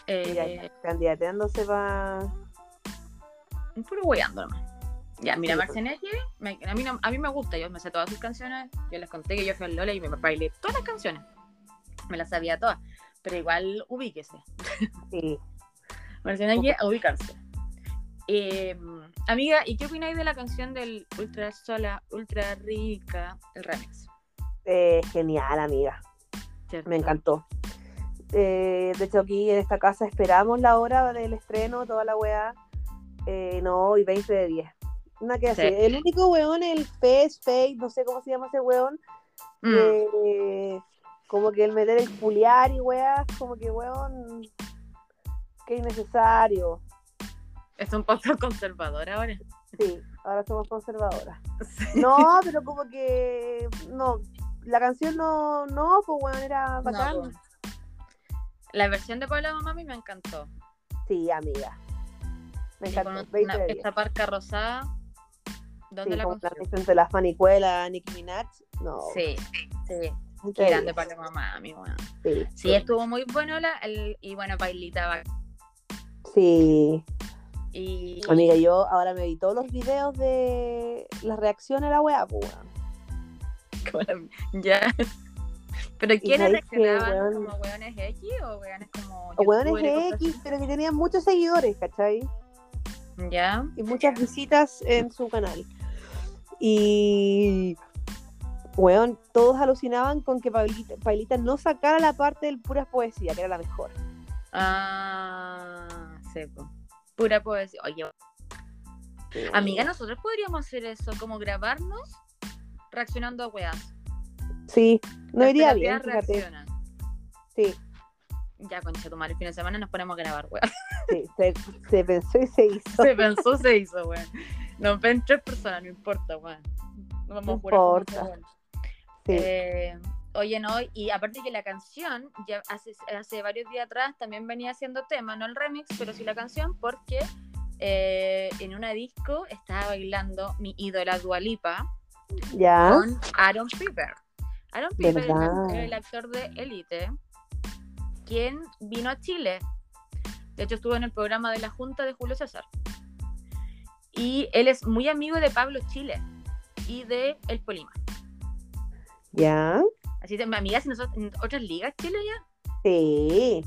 S2: Mira,
S1: Eh,
S2: candidateándose para.
S1: puro hueando nomás. Ya, mira,
S2: Sí, pues.
S1: Marceneque, me- a, mí no- a mí me gusta, yo me sé todas sus canciones, yo les conté que yo fui al Lola y me bailé todas las canciones, me las sabía todas, pero igual ubíquese,
S2: Sí.
S1: Marceneque, a ubicarse. Eh, amiga, ¿y qué opináis de la canción del Ultra Sola, Ultra Rica, el remix?
S2: Eh, genial, amiga.
S1: ¿Cierto?
S2: Me encantó. Eh, de hecho, aquí en esta casa esperamos la hora del estreno, toda la weá. Eh, no, y 20 de 10. Una que
S1: Sí.
S2: así. El único weón, el Face Face, no sé cómo se llama ese weón,
S1: Mm,
S2: que, eh, como que el meter el puliar y weas, como que weón, que innecesario.
S1: Es un poco [laughs] conservador ahora.
S2: Sí, ahora somos conservadoras. No, pero como que. No, la canción no, no, pues bueno, era bacán.
S1: No, pues. La versión de Puebla Mamá a mí me encantó.
S2: Sí, amiga. Me
S1: Y
S2: encantó.
S1: con una-
S2: 20 de 10.
S1: esta parca rosada, ¿dónde
S2: Sí,
S1: la
S2: como la
S1: consiguió?
S2: canción de las Fanicuela, Nicki Minaj. No,
S1: Sí, sí,
S2: 20
S1: qué
S2: de 10.
S1: grande Puebla Mamá, mi weón.
S2: Sí,
S1: Sí, estuvo muy bueno la, el- y bueno, Pailita va-
S2: sí.
S1: y
S2: Amiga, yo ahora me vi todos los videos de las reacciones a la weá, pues, weón.
S1: como la- ya. [laughs] Pero ¿quiénes
S2: sabéis que,
S1: reaccionaban
S2: weón-
S1: como weones X o weones como
S2: O weones
S1: youtubers y cosas
S2: X, pero que tenían muchos seguidores, ¿cachai?
S1: así? Ya.
S2: y muchas visitas en su canal. Y, weón, todos alucinaban con que Pailita, Pailita no sacara la parte del puras poesía, que era la mejor.
S1: Ah, sepo. Pura poesía. Oye, amiga, nosotros podríamos hacer eso, como grabarnos reaccionando a weas.
S2: Sí, no
S1: Las
S2: iría bien,
S1: peloteras
S2: fíjate.
S1: reaccionan.
S2: Sí,
S1: Ya, concha tu madre, el fin de semana nos ponemos a grabar, weas. [laughs]
S2: sí, se, se pensó y se hizo.
S1: Se pensó, se hizo, weón. Nos ven tres personas, no importa, weón. No vamos a
S2: No
S1: jurar como que,
S2: importa.
S1: weón.
S2: Sí.
S1: Eh, oye, no, y aparte que la canción, ya hace, hace varios días atrás también venía siendo tema, no el remix, pero sí la canción, porque eh, en una disco estaba bailando mi ídola Dualipa
S2: ya,
S1: con Aaron Piper. Aaron Piper, el,
S2: ¿Ah? Verdad.
S1: el actor de Elite, quien vino a Chile. De hecho, estuvo en el programa de la Junta de Julio César. Y él es muy amigo de Pablo Chile y de El Polima.
S2: ya,
S1: Así que, amigas, si nosotros, en otras ligas Chile ya.
S2: sí.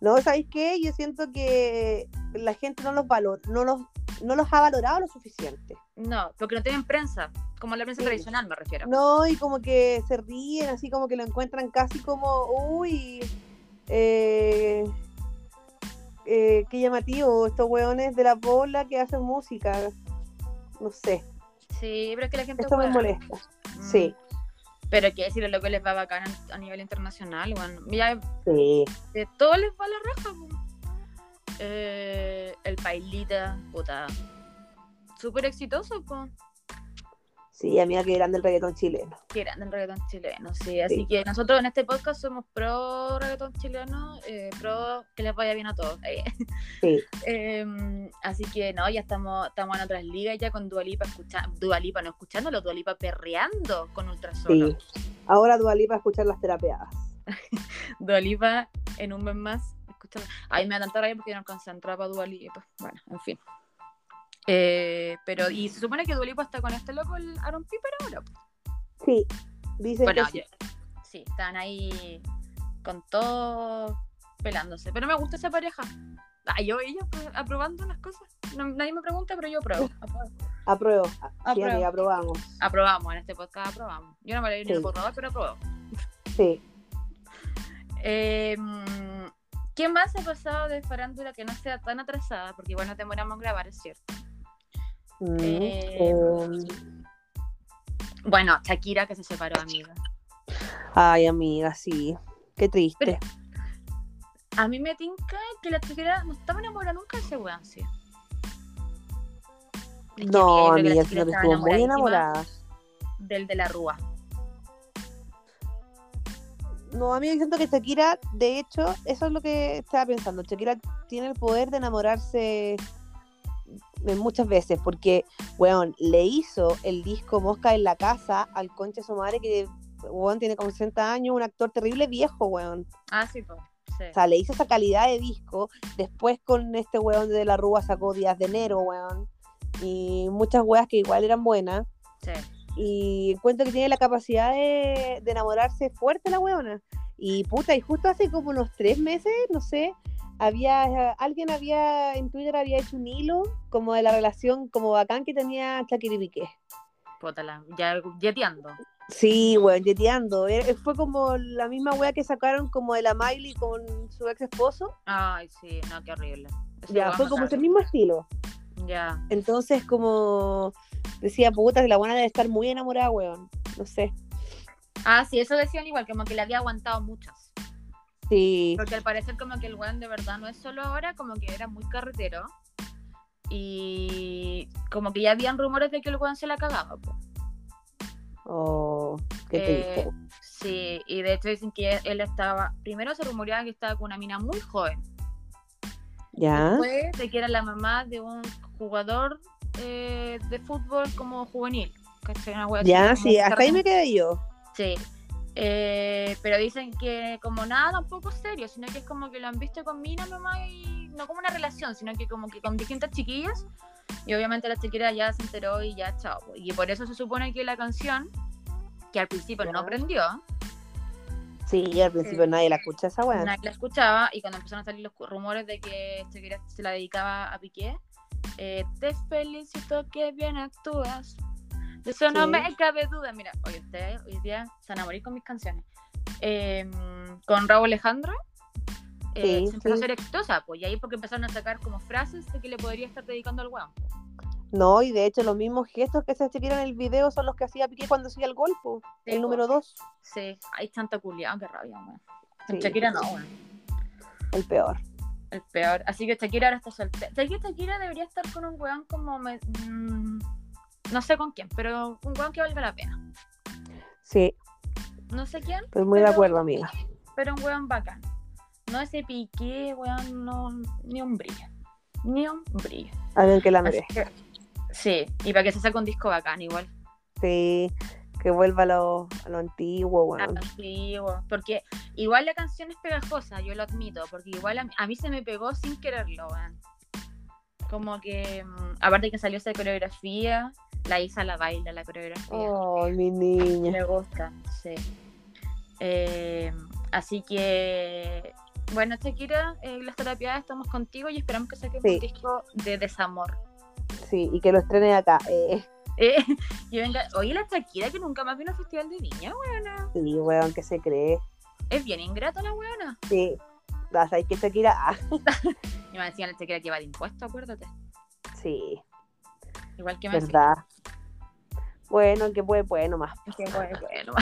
S2: No, ¿sabéis qué? Yo siento que la gente no los, valor, no los, no los ha valorado lo suficiente.
S1: No, porque no tienen prensa, como la prensa
S2: Sí.
S1: tradicional me refiero.
S2: No, y como que se ríen, así como que lo encuentran casi como, uy, eh, eh, qué llamativo, estos hueones de la bola que hacen música. No sé,
S1: Sí, pero es que la gente.
S2: esto me
S1: hueá.
S2: molesta.
S1: Mm.
S2: Sí,
S1: Pero que decir, lo que les va bacán a- a nivel internacional. Bueno, ya
S2: sí,
S1: de todo les va la raja. po. Eh, el Pailita, puta. Súper exitoso, po.
S2: sí, amiga, que grande el reggaetón chileno.
S1: Qué grande el reggaetón chileno, sí. Así
S2: Sí.
S1: que nosotros en este podcast somos pro reggaetón chileno, eh, pro que les vaya bien a todos. [laughs] Eh,
S2: Sí,
S1: Em, así que no, ya estamos, estamos en otras ligas ya con Dualipa escuchando, Dualipa no escuchándolo, Dualipa perreando con Ultrasolo.
S2: sí. Ahora Dualipa a escuchar las terapeadas.
S1: Dualipa en un mes más escuchando. Ay, me da tanta rabia porque yo no concentraba Dualipa. Bueno, en fin. Eh, pero, y se supone que Dualipa está con este loco, el Aaron Piper ahora.
S2: Sí, dicen
S1: Bueno,
S2: que sí.
S1: ya- sí, están ahí con todo pelándose. Pero me gusta esa pareja. Ah, yo y ella pues, aprobando unas cosas. No- nadie me pregunta, pero yo apruebo. apruebo.
S2: Apruebo. Sí,
S1: Apruebo.
S2: amiga, aprobamos.
S1: Aprobamos, en este podcast aprobamos. Yo no me leí ni el
S2: Sí.
S1: borrador, pero aprobamos.
S2: Sí.
S1: Eh, mm, ¿Qué más ha pasado de farándula que no sea tan atrasada? Porque igual nos demoramos en grabar, es cierto.
S2: Mm,
S1: Eh,
S2: em,
S1: Bueno, Shakira que se separó, amiga.
S2: ay, amiga, sí. Qué triste.
S1: A mí me tinca que la Shakira no estaba enamorada nunca de ese weón, sí. Es que
S2: No,
S1: mira,
S2: amiga,
S1: yo creo que la Shakira
S2: sino que
S1: estaba
S2: estuvo muy
S1: enamoradísima
S2: enamorada.
S1: Del de la Rúa.
S2: No, a mí me siento que Shakira, de hecho, eso es lo que estaba pensando. Shakira tiene el poder de enamorarse de muchas veces, porque, weón, le hizo el disco Mosca en la casa al concha de su madre, que, weón, tiene como 60 años, un actor terrible viejo, weón.
S1: Ah, sí, pues. Sí.
S2: O sea, le hizo esa calidad de disco. Después con este weón de la Rúa sacó Días de Enero, weón. Y muchas weas que igual eran buenas.
S1: sí.
S2: y encuentro que tiene la capacidad de, de enamorarse fuerte la weona. Y puta, y justo hace como unos tres meses, no sé, había alguien había en Twitter había hecho un hilo como de la relación como bacán que tenía Shakira y Piqué.
S1: Puta, la- ya yeteando.
S2: Sí, weón, yeteando. Eh, Fue como la misma wea que sacaron como de la Miley con su ex esposo.
S1: Ay, sí, no, qué horrible. Ese
S2: Ya,
S1: weón
S2: fue
S1: no
S2: como ese
S1: sabe.
S2: mismo estilo.
S1: Ya.
S2: Entonces, como decía, puta, la buena debe estar muy enamorada, weón. No sé.
S1: Ah, sí, eso decían igual, como que le había aguantado muchas.
S2: Sí,
S1: Porque al parecer como que el weón de verdad no es solo ahora, como que era muy carretero. Y como que ya habían rumores de que el weón se la cagaba. po.
S2: Oh, qué
S1: Eh,
S2: triste.
S1: sí, y de hecho dicen que él estaba. Primero se rumoreaba que estaba con una mina muy joven.
S2: ¿Ya?
S1: Después de que era la mamá de un jugador eh, de fútbol como juvenil. ¿cachai? Una wea así
S2: Ya,
S1: como
S2: sí, hasta ahí
S1: carne-
S2: me quedé yo.
S1: Sí. Eh, pero dicen que como nada tampoco es serio, sino que es como que lo han visto con mina nomás y no como una relación, sino que como que con distintas chiquillas y obviamente la chiquilla ya se enteró y ya chao. po. Y por eso se supone que la canción, que al principio
S2: Ya.
S1: no prendió,
S2: Sí, y al principio
S1: Eh,
S2: nadie la escucha esa weá.
S1: nadie la escuchaba y cuando empezaron a salir los cu- rumores de que este que era- se la dedicaba a Piqué, eh, te felicito que bien actúas. De eso no
S2: Sí.
S1: me cabe duda. Mira, hoy, ustedes hoy día se van a morir con mis canciones. Eh, con Raúl Alejandro. eh,
S2: Sí,
S1: se empezó
S2: sí.
S1: a ser exitosa, pues, y ahí porque empezaron a sacar como frases de que le podría estar dedicando al weón.
S2: No, y de hecho los mismos gestos que se chequearon en el video son los que hacía Piqué cuando hacía el golpe.
S1: po.
S2: El número dos,
S1: pues. Sí, hay tanta culiada, qué rabia, weón.
S2: Sí.
S1: Shakira no, weón.
S2: el peor.
S1: El peor. Así que Shakira ahora está soltera. ¿Sabes que Shakira debería estar con un weón como. me- mm, no sé con quién, pero un weón que valga la pena.
S2: Sí,
S1: No sé quién,
S2: estoy muy de
S1: Pero-
S2: acuerdo, amiga.
S1: pero un weón bacán. No ese piqué, weón, no, ni un brillo. Ni un brillo.
S2: Alguien que la
S1: Así
S2: merece.
S1: que- sí, y para que se saque un disco bacán igual.
S2: Sí, que vuelva a lo, a lo antiguo,
S1: Ah,
S2: weón.
S1: sí, weón. Porque igual la canción es pegajosa, yo lo admito. Porque igual a mí, a mí se me pegó sin quererlo, weón. Como que. mm, Aparte que salió esa coreografía, la Isa la baila la coreografía.
S2: Ay, mi niña.
S1: Me gusta, sí. Eh, así que, bueno, Shakira, eh, las terapias estamos contigo y esperamos que saques
S2: Sí.
S1: un disco de desamor. [laughs]
S2: Sí, y que lo estrene acá. Eh,
S1: Eh, y venga, oye, la Shakira que nunca más vino al Festival de Viña, weona.
S2: sí, weón, que se cree.
S1: Es bien ingrata la weona.
S2: Sí. Vas a que Shakira. Ah,
S1: Y me decían la Shakira que va de impuesto, acuérdate.
S2: sí,
S1: Igual que me decían.
S2: verdad. Bueno, que puede, puede nomás.
S1: Que bueno, bueno.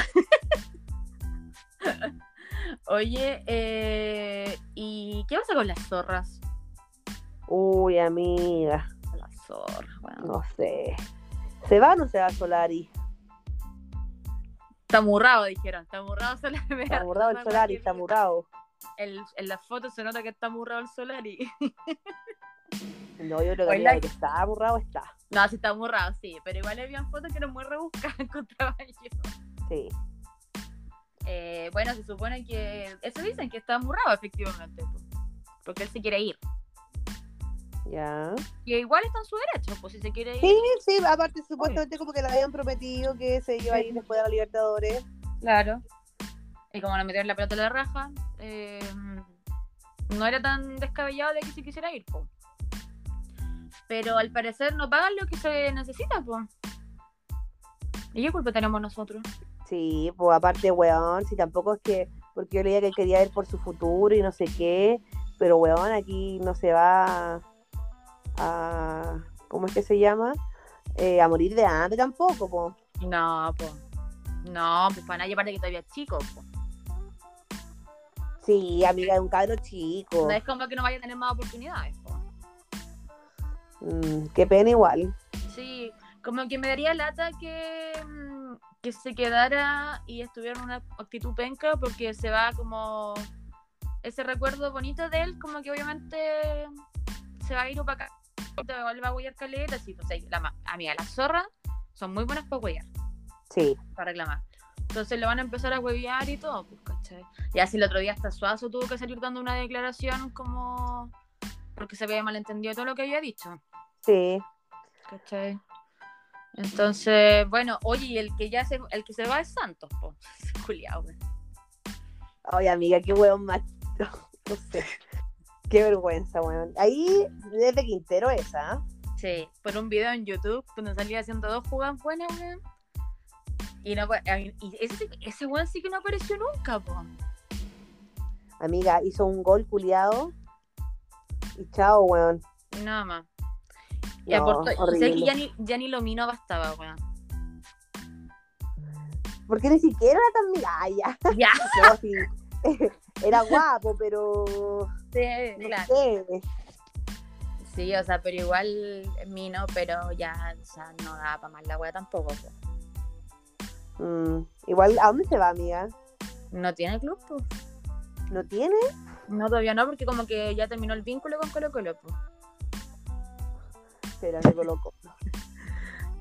S1: [laughs] Oye, eh, ¿y qué pasa con las zorras?
S2: Uy, amiga,
S1: Las zorras, weón.
S2: no sé. ¿Se va o no se va Solari?
S1: Está murrado, dijeron. Está murrado [laughs] Solari.
S2: Está amurrado el Solari, está amurrado.
S1: El- en la foto se nota que está murrado el Solari.
S2: No, yo creo que
S1: Oiga.
S2: amiga, de que está amurrado está.
S1: [laughs] No, sí está murrado, sí. Pero igual habían fotos que eran muy rebuscadas, [laughs] encontraba yo.
S2: Sí,
S1: Eh, bueno, se supone que... Eso dicen que está murrado, efectivamente. po. Porque él se quiere ir.
S2: ya.
S1: Y igual está en su derecho, pues si se quiere ir.
S2: Sí, sí, aparte supuestamente como que le habían prometido que se iba a ir después de la Libertadores.
S1: Claro. Y como le metieron la pelota en la raja, eh, no era tan descabellado de que se quisiera ir, po. Pero al parecer no pagan lo que se necesita, po. ¿Y qué culpa tenemos nosotros?
S2: Sí, pues aparte, weón, si tampoco es que, porque yo leía que quería ir por su futuro y no sé qué, pero weón, aquí no se va a, ¿cómo es que se llama? Eh, a morir de hambre tampoco, po.
S1: No, po. No, pues para nadie, aparte que todavía es chico, po.
S2: Sí, amiga, es un cabro chico.
S1: No es como que no vaya a tener más oportunidades, po.
S2: Mm, qué pena igual.
S1: Sí, como que me daría lata que, mm, que se quedara y estuviera en una actitud penca porque se va como ese recuerdo bonito de él, como que obviamente se va a ir acá te va a huellar caleta, sí, o sea, la, ma- amiga, las zorras son muy buenas para huellar,
S2: Sí,
S1: para reclamar. Entonces lo van a empezar a huevear y todo, pues, ¿cachai? Y así el otro día hasta Suazo tuvo que salir dando una declaración como porque se había malentendido todo lo que había dicho.
S2: sí.
S1: ¿Cachai? Entonces, bueno, oye, y el que ya se, el que se va es Santos, po. [laughs] Juliado, güey.
S2: Ay, amiga, qué weón más. [laughs] No sé. Qué vergüenza, weón. Ahí, desde Quintero esa, ¿ah?
S1: Sí, por un video en YouTube donde salía haciendo dos jugadas buenas, weón. Y, no, pa- y ese, ese weón sí que no apareció nunca, po.
S2: Amiga, hizo un gol culiado y chao, weón.
S1: Nada más. Y
S2: No,
S1: aportó- y sé que
S2: horrible.
S1: ya ni, ya ni lo mino bastaba, weón.
S2: Porque ni siquiera era tan miralla.
S1: [laughs] Ya,
S2: [laughs] No, sí. Era guapo, pero
S1: sí,
S2: no
S1: claro.
S2: sé.
S1: Sí, o sea, pero igual mi no, pero ya, o sea, no daba para más la wea tampoco. po.
S2: Mm, Igual, ¿a dónde se va, amiga?
S1: No tiene club, po.
S2: ¿No tiene?
S1: No, todavía no, porque como que ya terminó el vínculo con Colo Colo, po.
S2: Pero le coloco.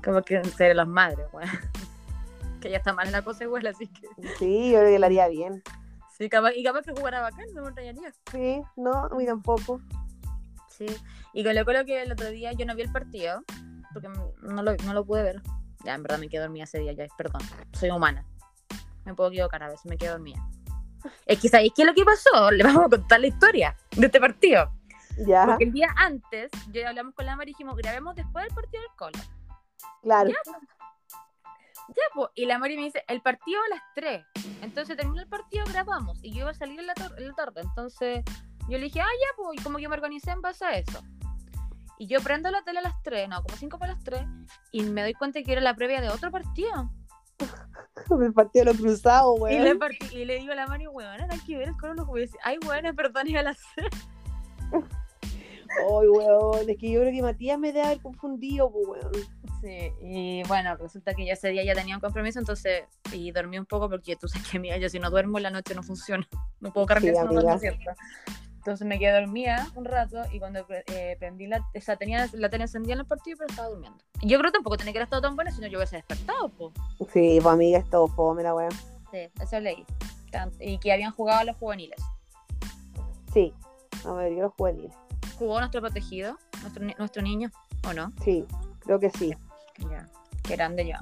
S1: Como que ser los madres, weón. [laughs] Que ya está mal la cosa igual, así que.
S2: Sí, yo creo que la haría bien.
S1: Sí, capaz, y capaz que jugara bacán, no me extrañaría.
S2: Sí, no, a mí tampoco.
S1: Sí. Y Colo Colo que el otro día yo no vi el partido, porque no lo, no lo pude ver. Ya, en verdad me quedé dormida ese día, ya, perdón. Soy humana. Me puedo equivocar a veces, me quedo dormida. Es que, ¿sabéis qué es lo que pasó? [laughs] Le vamos a contar la historia de este partido.
S2: Ya,
S1: Porque el día antes, yo hablamos con la Mari y dijimos, grabemos después del partido del Colo.
S2: claro.
S1: Ya, po. Y la Mari me dice, el partido a las 3. Entonces terminó el partido, grabamos. Y yo iba a salir en la, tor- en la tarde. Entonces yo le dije, ah, ya, pues, y como que me organicé en base a eso. Y yo prendo la tele a las 3, no, como 5 para las 3. Y me doy cuenta que era la previa de otro partido.
S2: El partido de los cruzados,
S1: Y
S2: weón.
S1: le, partí- y le digo a la Mari, weón, hay que ver el coro los jueces. Ay, weón, perdón, es a las 6.
S2: Ay, weón. Es que yo creo que Matías me debe haber confundido, pues, weón.
S1: Sí, y bueno, resulta que ya ese día ya tenía un compromiso, entonces, y dormí un poco porque tú sabes que mía, yo si no duermo la noche no funciona, [laughs] no puedo cargar
S2: Sí,
S1: si no duermo,
S2: amiga.
S1: ¿cierto? Entonces me quedé dormida un rato y cuando eh, prendí la, o sea, tenía la tele encendida en el partido, pero estaba durmiendo. Y Yo creo que tampoco tenía que haber estado tan buena, sino yo hubiese despertado, po.
S2: Sí, pues, amiga, es todo fome la weón.
S1: Sí, eso leí. Tan- Y que habían jugado los juveniles.
S2: Sí. A ver, yo los juveniles.
S1: ¿Jugó nuestro protegido, nuestro, ni- nuestro niño, o no?
S2: Sí, creo que sí.
S1: Ya. Qué grande yo.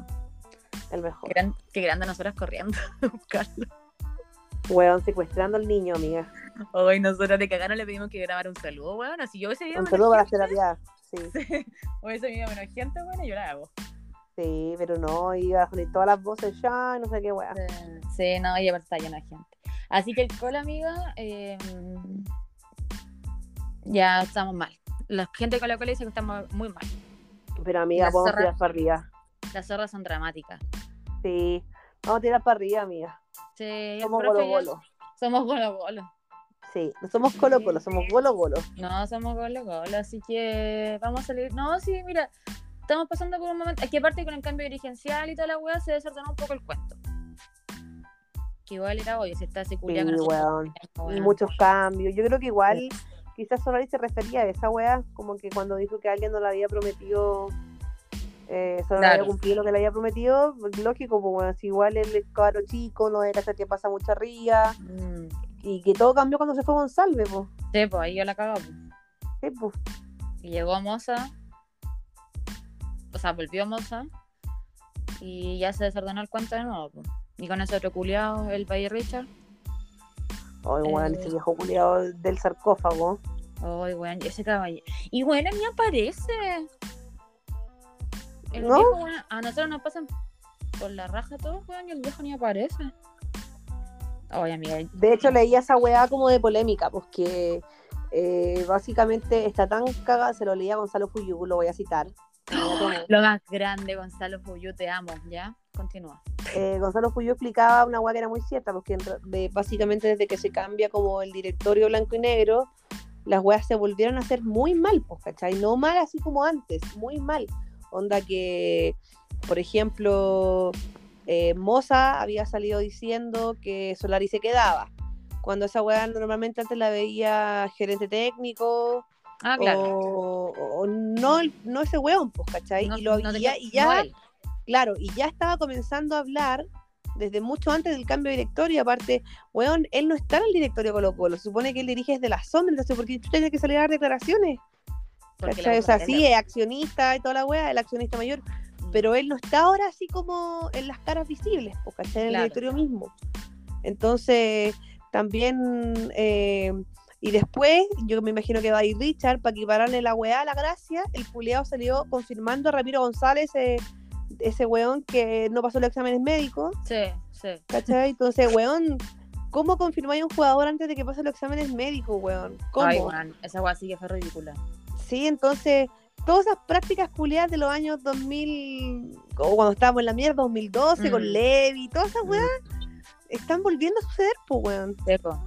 S2: El
S1: Qué,
S2: mejor.
S1: gran- qué grande nosotras corriendo [laughs] a buscarlo.
S2: Weón, secuestrando al niño, amiga.
S1: Hoy nosotros de cagaron le pedimos que grabara un saludo, weón. Así yo ese video
S2: Un
S1: me
S2: saludo para
S1: enojé,
S2: terapia. Sí,
S1: o ese video menos gente, weón, y yo la hago.
S2: sí, pero no, iba a poner todas las voces ya, no sé qué weón.
S1: Sí, no, y aparte está llena de gente. Así que el colo, amigo, eh, ya estamos mal. La gente con la cola dice que estamos muy mal.
S2: Pero amiga,
S1: La
S2: vamos a
S1: zorra.
S2: tirar para arriba.
S1: Las zorras son dramáticas.
S2: Sí, vamos a tirar para arriba, amiga.
S1: Sí, el
S2: Somos
S1: profe
S2: bolo
S1: y yo-
S2: bolo.
S1: Somos golo golo.
S2: Sí, no somos colo colo, somos bolo bolo.
S1: No, somos golo golo, así que vamos a salir. No, sí, mira, estamos pasando por un momento. Es que aparte con el cambio dirigencial y toda la weá se desordenó un poco el cuento. Que igual era hoy, se está así
S2: Sí,
S1: culiando.
S2: weón. Muchos cambios. Yo creo que igual, quizás Solari se refería a esa weá, como que cuando dijo que alguien no le había prometido, eh, Solari
S1: Claro.
S2: había cumplido lo que le había prometido, lógico, pues bueno, si igual él es caro chico, no era hacer que pasa mucha arriba,
S1: Mm,
S2: y que todo cambió cuando se fue González, pues.
S1: Sí, pues ahí yo la cagaba. pues.
S2: Sí, pues.
S1: Y llegó Moza. O sea, volvió Moza. Y ya se desordenó el cuento de nuevo. pues. Y con ese otro culiao, el Valle Richard.
S2: Ay, weón,
S1: Eh.
S2: ese viejo culiado del sarcófago.
S1: Ay, weón, ese caballero. Y bueno, ni aparece. El
S2: ¿No?
S1: viejo, weón, a nosotros nos pasan por la raja todos, weón, y el viejo ni aparece. Ay, amiga,
S2: De hecho, leía esa weá como de polémica, pues que eh, básicamente está tan cagada, se lo leía a Gonzalo Fuyú, lo voy a
S1: [gasps]
S2: citar.
S1: lo más grande, Gonzalo Fuyú, te amo, ¿ya? Continúa.
S2: Eh, Gonzalo Fuyú explicaba una weá que era muy cierta, porque en re- de- básicamente desde que se cambia como el directorio blanco y negro, las weas se volvieron a hacer muy mal, pues, ¿cachai? No mal así como antes, muy mal. Onda que, por ejemplo, eh, Moza había salido diciendo que Solari se quedaba. Cuando esa weá normalmente antes la veía gerente técnico
S1: Ah, claro.
S2: o, o no, no ese weón, pues, ¿cachai?
S1: No-
S2: y, Oh, lo,
S1: no
S2: y
S1: tenía-
S2: ya, y ya-
S1: no él.
S2: Claro, y ya estaba comenzando a hablar desde mucho antes del cambio de directorio. y Aparte, weón, él no está en el directorio Colo Colo. Se supone que él dirige desde la sombra, entonces, ¿por qué tú tienes que salir a dar declaraciones?
S1: Porque la
S2: ¿Cachai? O sea,
S1: mujer
S2: sí, es accionista y toda la weá, el accionista mayor.
S1: era-
S2: Pero él no está ahora así como en las caras visibles, po, ¿cachai? En
S1: Claro.
S2: el directorio mismo. Entonces, también. eh, y después, yo me imagino que va a ir Richard para equipararle la weá a la gracia. El puleado salió confirmando a Ramiro González, eh, ese weón que no pasó los exámenes médicos,
S1: Sí, sí.
S2: ¿cachai? Entonces, weón, ¿cómo confirmáis a un jugador antes de que pase los exámenes médicos, weón? ¿Cómo?
S1: Ay, weón, esa weá sí que fue ridícula.
S2: Sí, entonces, todas esas prácticas culiadas de los años 2000, o cuando estábamos en la mierda, 2012,
S1: Mm.
S2: con Levi, todas esas weas están volviendo a suceder, pues, weón.
S1: Seco.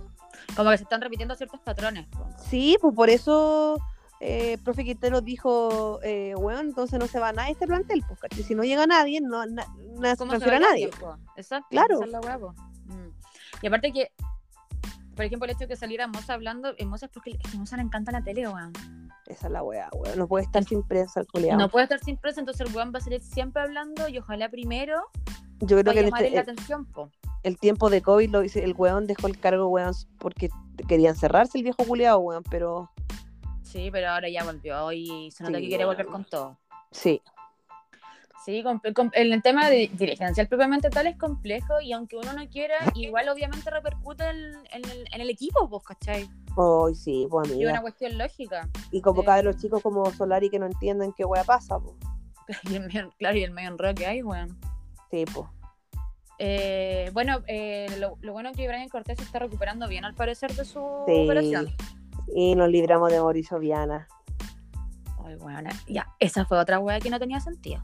S1: Como que se están repitiendo ciertos patrones. po.
S2: Sí, pues por eso eh, profe Quintero dijo, eh, weón, entonces no se va a nadie a este plantel, pues, ¿cachai? Si no llega nadie, no, na- na- se
S1: ¿Cómo se
S2: transfiere a
S1: baila
S2: nadie.
S1: tiempo? Exacto.
S2: Claro.
S1: esa es la hueá, po. Mm. Y aparte que, por ejemplo, el hecho de que saliera Moza hablando, eh, Moza es porque es que Moza le encanta la tele, weón.
S2: Esa es la weá, weón. No puede estar sin prensa, el culiao.
S1: No puede estar sin presa, entonces el weón va a salir siempre hablando y ojalá primero
S2: Yo creo
S1: para
S2: que en
S1: llamarle
S2: este-
S1: la
S2: el,
S1: atención, po.
S2: el tiempo de COVID lo hice- el weón dejó el cargo, weón, porque querían cerrarse el viejo culiao, weón, pero
S1: Sí, pero ahora ya volvió y se nota
S2: Sí,
S1: que quiere
S2: weón.
S1: volver con todo.
S2: sí,
S1: Sí, com- com- el, el tema de dirigencial propiamente tal es complejo y aunque uno no quiera, igual obviamente repercute en, en el, en el equipo, pues, ¿cachai?
S2: hoy sí, pues
S1: Y es una
S2: amiga.
S1: cuestión lógica. [laughs]
S2: Y como
S1: eh.
S2: cada los chicos como Solari que no entienden qué weá pasa, pues.
S1: Y el medio- claro, y el medio enredo que hay, weón.
S2: Sí, pues.
S1: Eh, bueno, eh, lo, lo bueno es que Brian Cortés se está recuperando bien al parecer de su
S2: Sí.
S1: operación.
S2: Y nos libramos de Mauricio Viana.
S1: Ay, weona, ya, esa fue otra wea que no tenía sentido.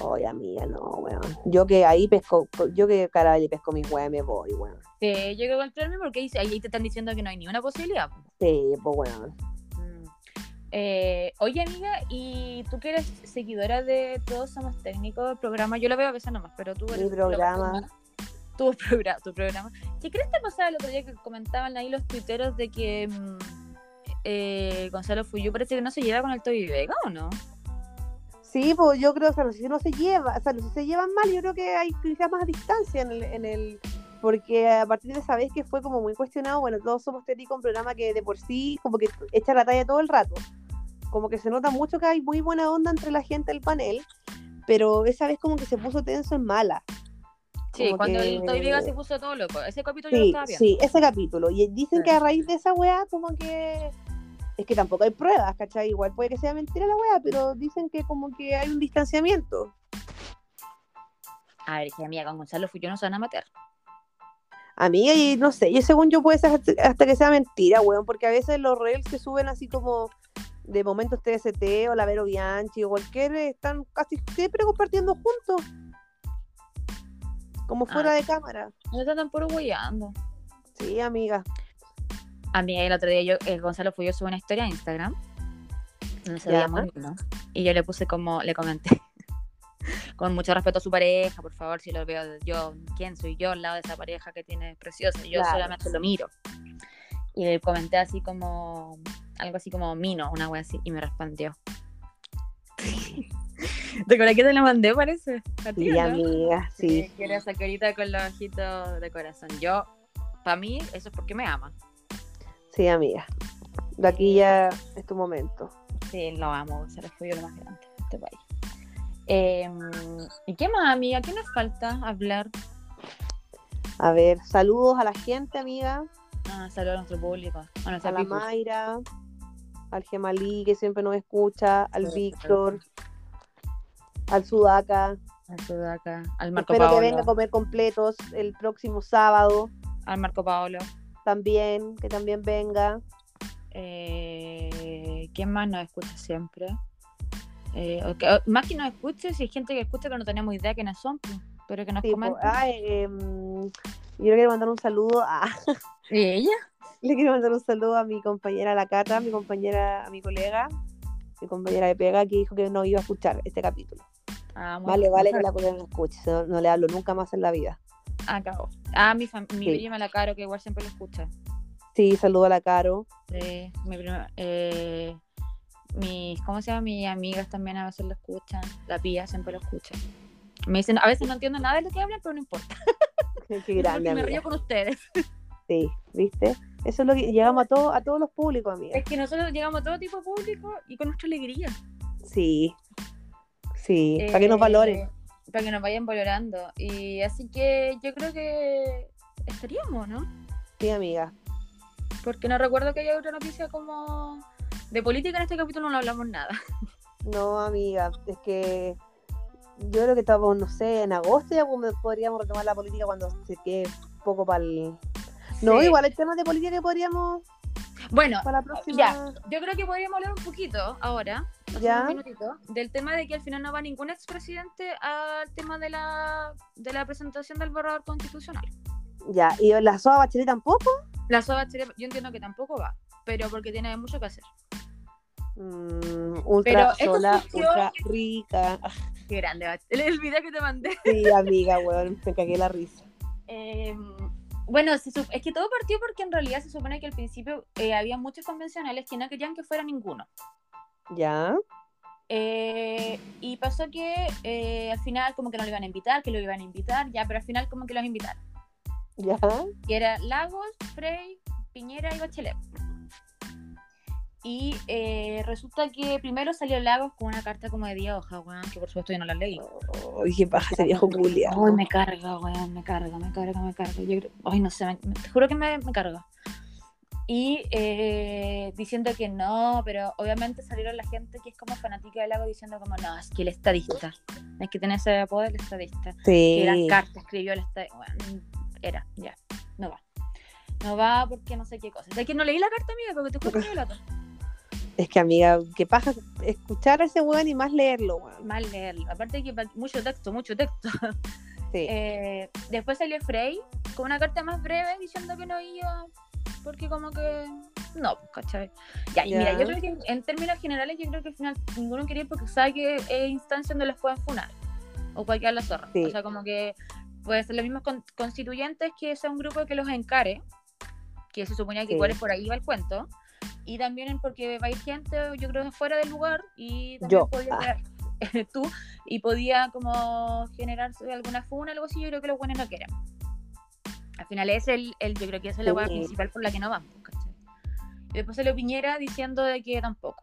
S2: Oye, amiga, no, weón. Yo que ahí pesco, yo que caray pesco mis weas me voy, weón.
S1: Sí, yo quiero encontrarme porque dice, ahí te están diciendo que no hay ni una posibilidad.
S2: Sí, pues weón.
S1: Mm. Eh, oye, amiga, ¿y tú que eres seguidora de Todos Somos Técnicos, el programa? Yo lo veo a veces nomás, pero tú
S2: Mi
S1: eres... lo-
S2: programa.
S1: Tu, programa, tu programa. ¿Qué crees que pasaba el otro día que comentaban ahí los tuiteros de que mm, eh, Gonzalo Fuyú parece que no se lleva con el Toby Vega, ¿o no?
S2: Sí, pues yo creo, o sea, si no se lleva, o sea, si se llevan mal, yo creo que hay quizás más distancia en el, en el- porque a partir de esa vez que fue como muy cuestionado, bueno, todos somos técnicos, un programa que de por sí como que echa la talla todo el rato. Como que se nota mucho que hay muy buena onda entre la gente del panel, pero esa vez como que se puso tenso en mala.
S1: Sí,
S2: Como
S1: cuando
S2: que-
S1: el Toby Vega se puso todo loco. Ese capítulo yo lo
S2: Sí,
S1: estaba viendo.
S2: sí, ese capítulo. Y dicen
S1: Sí.
S2: que a raíz de esa weá, como que. Es que tampoco hay pruebas, ¿cachai? Igual puede que sea mentira la weá, pero dicen que como que hay un distanciamiento.
S1: A ver, dije, amiga, con Gonzalo Fuyú no se van a matar.
S2: Amiga, y no sé, yo según yo puede ser hasta- hasta que sea mentira, weón, porque a veces los reels que suben así como de momentos TST o la Vero Bianchi o cualquier, están casi siempre compartiendo juntos. Como
S1: Ah.
S2: fuera de cámara.
S1: No están puro guayando.
S2: Sí, amiga.
S1: A mí el otro día yo, eh, Gonzalo Fuyo subió una historia a Instagram. No se
S2: Ya.
S1: veía muy bien, ¿no? Y yo le puse como, le comenté. [laughs] Con mucho respeto a su pareja, por favor, si lo veo yo, ¿quién soy yo al lado de esa pareja que tiene preciosa? Yo
S2: Claro.
S1: solamente lo miro. Y le comenté así como, algo así como Mino, una wea así, y me respondió. [laughs] ¿Te acuerdas que te la mandé, parece? A
S2: Sí,
S1: ti, ¿o no?
S2: amiga, sí.
S1: Sí. Que era esa carita con los ojitos de corazón. Yo, para mí, eso es porque me ama.
S2: Sí, amiga. De aquí ya es tu momento.
S1: Sí, lo amo, se refugio lo más grande de este país. Eh, ¿Y qué más, amiga? ¿Qué nos falta hablar?
S2: A ver, saludos a la gente, amiga,
S1: Ah, saludos a nuestro público, a
S2: a
S1: nuestra
S2: la
S1: people.
S2: Mayra, al Gemalí, que siempre nos escucha, al
S1: Sí,
S2: Víctor, al Sudaca.
S1: al Sudaca, al Marco
S2: Espero
S1: Paolo,
S2: que venga a comer completos el próximo sábado
S1: al Marco Paolo.
S2: también, que también venga.
S1: Ah, Eh, ¿Quién más nos escucha siempre? Eh, ok, o- Más que nos escuche, si hay gente que escucha que no tenemos idea quiénes son, pues, pero que nos
S2: Sí, po.
S1: comenten.
S2: Ah, eh, em, yo le quiero mandar un saludo a, [laughs]
S1: ¿Y ella?
S2: le quiero mandar un saludo a mi compañera La Cata, mi compañera, a mi colega, mi compañera de pega, que dijo que no iba a escuchar este capítulo.
S1: Ah, muy
S2: Vale,
S1: bien.
S2: vale que la culera no escuche, si no, no le hablo nunca más en la vida.
S1: Ah, cagó. Ah, mi, fam- mi
S2: Sí.
S1: prima la Caro, que igual siempre lo escucha.
S2: Sí, saludo a la Caro. [laughs]
S1: Sí, mi prima, eh, mis, ¿cómo se llama? Mis amigas también a veces lo escuchan, la pía siempre lo escucha. Me dicen, a veces no entiendo nada de lo que hablan, pero no importa.
S2: Qué
S1: porque
S2: grande,
S1: me
S2: amiga.
S1: río con ustedes.
S2: Sí, ¿viste? Eso es lo que llegamos a, todo, a todos los públicos, amiga.
S1: Es que nosotros llegamos a todo tipo de público y con nuestra alegría.
S2: Sí, sí, para que nos valoren.
S1: Eh, Para que nos vayan valorando. Y así que yo creo que estaríamos, ¿no?
S2: Sí, amiga.
S1: Porque no recuerdo que haya otra noticia como... De política en este capítulo no hablamos nada. [laughs]
S2: No, amiga, es que yo creo que estamos, no sé, en agosto ya como podríamos retomar la política cuando se quede poco para el... No,
S1: Sí.
S2: igual hay temas de política que podríamos
S1: Bueno,
S2: para la próxima...
S1: Ya. Yo creo que podríamos hablar un poquito ahora, hace
S2: Ya.
S1: unos minutitos, del tema de que al final no va ningún expresidente al tema de la, de la presentación del borrador constitucional.
S2: Ya, y la soda bachelet tampoco.
S1: La Soba Bachelet, yo entiendo que tampoco va, pero porque tiene mucho que hacer.
S2: Mm, ultra
S1: Pero eso
S2: sola,
S1: surgió-
S2: ultra rica. Ah,
S3: Qué grande, Bach. el, el video que te mandé.
S2: Sí, amiga, weón, me cagué la risa.
S1: Eh, bueno, se sup- es que todo partió porque en realidad se supone que al principio eh, había muchos convencionales que no querían que fuera ninguno.
S2: ¿Ya?
S1: Eh, y pasó que eh, al final como que no lo iban a invitar, que lo iban a invitar, ya, pero al final como que los invitaron.
S2: ¿Ya?
S1: Que era Lagos, Frey, Piñera y Bachelet. Y eh, resulta que primero salió Lagos con una carta como de 10 hojas, weón, que por supuesto yo no la leí.
S2: Oye, Oh, qué paja ese viejo culiao.
S1: Ay, me carga, weón, me carga, me carga, me carga. Yo creo- ay, no sé, me- me- te juro que me, me carga. Y eh, diciendo que no, pero obviamente salieron la gente que es como fanática del lago diciendo como, no, es que el estadista, es que tiene ese apodo el estadista. Que eran
S2: Sí.
S1: cartas, escribió el estadista, era, ya, no va. No va porque no sé qué cosa. De que no leí la carta, amiga, porque te juro que me la
S2: Es que, amiga, qué paja escuchar a ese weón y más leerlo, weón.
S1: Mal leerlo. Aparte que pa- mucho texto, mucho texto.
S2: Sí.
S1: Eh, después salió Frey con una carta más breve diciendo que no iba, porque como que no, pues, ¿cachai? Ya, y
S2: Ya.
S1: mira, yo creo que en, en términos generales, yo creo que al final ninguno quería ir porque sabe que es instancia donde los pueden funar o cualquier la zorra.
S2: Sí.
S1: O sea, como que puede ser los mismos con- constituyentes que sea un grupo que los encare, que se suponía que
S2: Sí.
S1: igual es por ahí va el cuento. Y también porque va a ir gente, yo creo, fuera del lugar y también
S2: Yo.
S1: podía
S2: Ah.
S1: crear- [laughs] tú y podía como generarse alguna funa algo así, yo creo que los buenos no quieren. Al final es el, el yo creo que esa es la hueá
S2: Sí.
S1: principal por la que no van, pues, ¿cachai? Y después salió Piñera diciendo de que tampoco.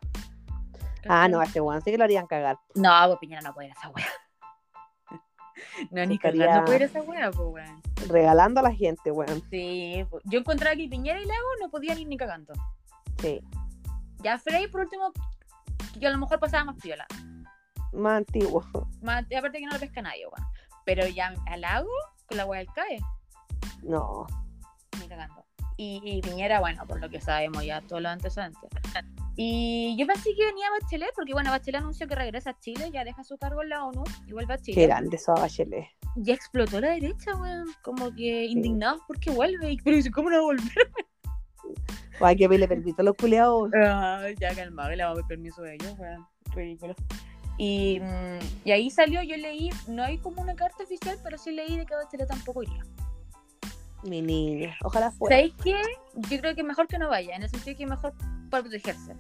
S2: Ah,
S1: ¿Cachai?
S2: no, a este weón sí que lo harían cagar.
S1: No, pues Piñera no puede ir a esa hueá. [laughs] No, ni
S2: Estaría-
S1: cagar, no puede ir a esa hueá, pues weón.
S2: Regalando a la gente, weón.
S1: Sí, pues, yo encontraba que Piñera y Lago no podían ir ni cagando.
S2: Sí.
S1: Ya Frey, por último, que a lo mejor pasaba más piola.
S2: Más antiguo.
S1: Más- y aparte que no lo pesca nadie, weón. Pero ya a Lago, con la hueá del CAE.
S2: No.
S1: ni cagando. Y, y Piñera, bueno, por lo que sabemos ya todos los antecedentes. Y yo pensé que venía Bachelet, porque bueno, Bachelet anunció que regresa a Chile, ya deja su cargo en la ONU y vuelve a
S2: Qué
S1: Chile.
S2: grande esa Bachelet.
S1: Y explotó la derecha, weón, como que indignados porque vuelve. Y, pero dice, ¿cómo no va a volver?
S2: O hay que pedirle permiso a los culiados.
S1: [laughs] Ah, ya calmado, que le vamos a pedir permiso de ellos, weón. Ridículo. Y, mm, y ahí salió, yo leí, no hay como una carta oficial, pero sí leí de que Bachelet tampoco iría.
S2: Mi niña. Ojalá fuera.
S1: ¿Sabéis qué? Yo creo que mejor que no vaya, en el sentido que mejor para protegerse.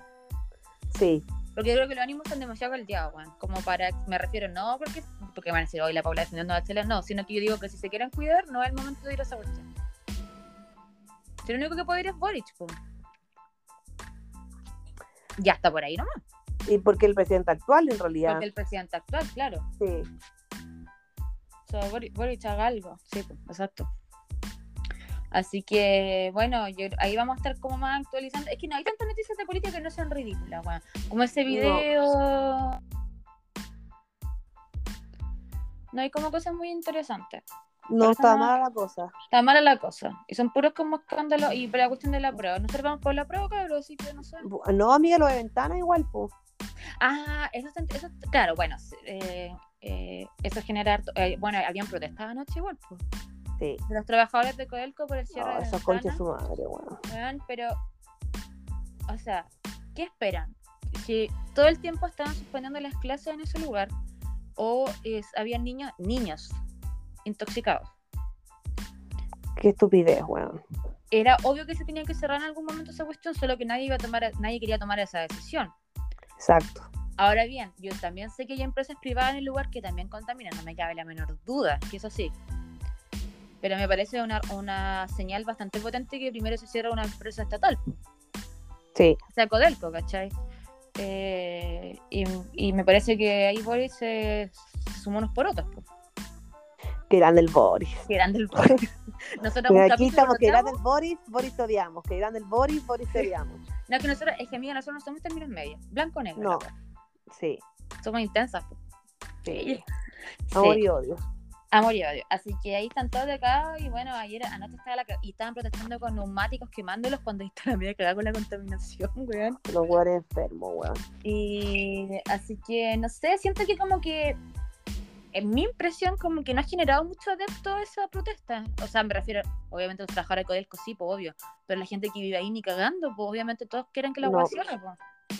S2: Sí.
S1: Porque yo creo que los ánimos están demasiado caldeados, weón. Como para, me refiero, no porque, porque van a decir hoy la Paula defendiendo a Bachelet, no, sino que yo digo que si se quieren cuidar, no es el momento de ir a esa cuestión. Si lo único que puede ir es Boric, po. Ya está por ahí nomás,
S2: Y porque el presidente actual, en realidad.
S1: porque el presidente actual, claro.
S2: Sí.
S1: O sea, Boric, Boric haga algo, sí, po, exacto. Así que, bueno, yo- ahí vamos a estar como más actualizando. Es que no hay tantas noticias de política que no sean ridículas, weón. Como ese video. No. hay como cosas muy interesantes.
S2: No está
S1: Ojalá.
S2: mala la cosa.
S1: Está mala la cosa. Y son puros como escándalos. Y por la cuestión de la prueba. Nosotros vamos por la prueba, cabrón. Así que no sé.
S2: Bu- No, amiga, lo de ventana igual, pues.
S1: Ah, eso, está- eso está- claro, bueno. eh, eh, eso genera. harto- eh, bueno, habían protestado anoche igual, pues.
S2: Sí. Ah,
S1: de Los trabajadores de Codelco por el cierre
S2: No,
S1: de
S2: esos conches
S1: ventanas.
S2: su madre, weón.
S1: Weón, pero, o sea, ¿qué esperan? Si todo el tiempo estaban suspendiendo las clases en ese lugar, o es, había niños, niños intoxicados.
S2: Qué estupidez, weón.
S1: Era obvio que se tenía que cerrar en algún momento esa cuestión, solo que nadie iba a tomar, nadie quería tomar esa decisión.
S2: Exacto.
S1: Ahora bien, yo también sé que hay empresas privadas en el lugar que también contaminan, no me cabe la menor duda, que eso sí. Pero me parece una, una señal bastante potente que primero se cierra una empresa estatal.
S2: Sí.
S1: o sea, Codelco, ¿cachai? Eh, y, y me parece que ahí Boris se, se sumó unos porotos, po.
S2: Que grande el Boris.
S1: que
S2: [laughs]
S1: eran del Boris. Nosotros
S2: Pero
S1: un
S2: aquí
S1: capítulo
S2: estamos, que grande
S1: tratamos-
S2: el Boris, Boris te odiamos. Que grande el Boris, Boris te odiamos.
S1: No, que nosotros, es que amiga, nosotros no somos términos medios, blanco o negro,
S2: No.
S1: la wea.
S2: Sí.
S1: somos intensas. po.
S2: Sí.
S1: Sí,
S2: Amor y odio.
S1: amor y odio. Así que ahí están todos de acá y bueno, ayer anoche estaba la ca- y estaban protestando con neumáticos quemándolos cuando ahí está la media cagada con la contaminación, weón.
S2: Los weones enfermos, weón.
S1: Y así que, no sé, siento que como que, en mi impresión, como que no ha generado mucho adepto esa protesta. O sea, me refiero, obviamente, a los trabajadores de Codelco, sí, pues obvio. Pero la gente que vive ahí ni cagando, pues obviamente todos quieren que la
S2: No.
S1: hueá cierre, pues.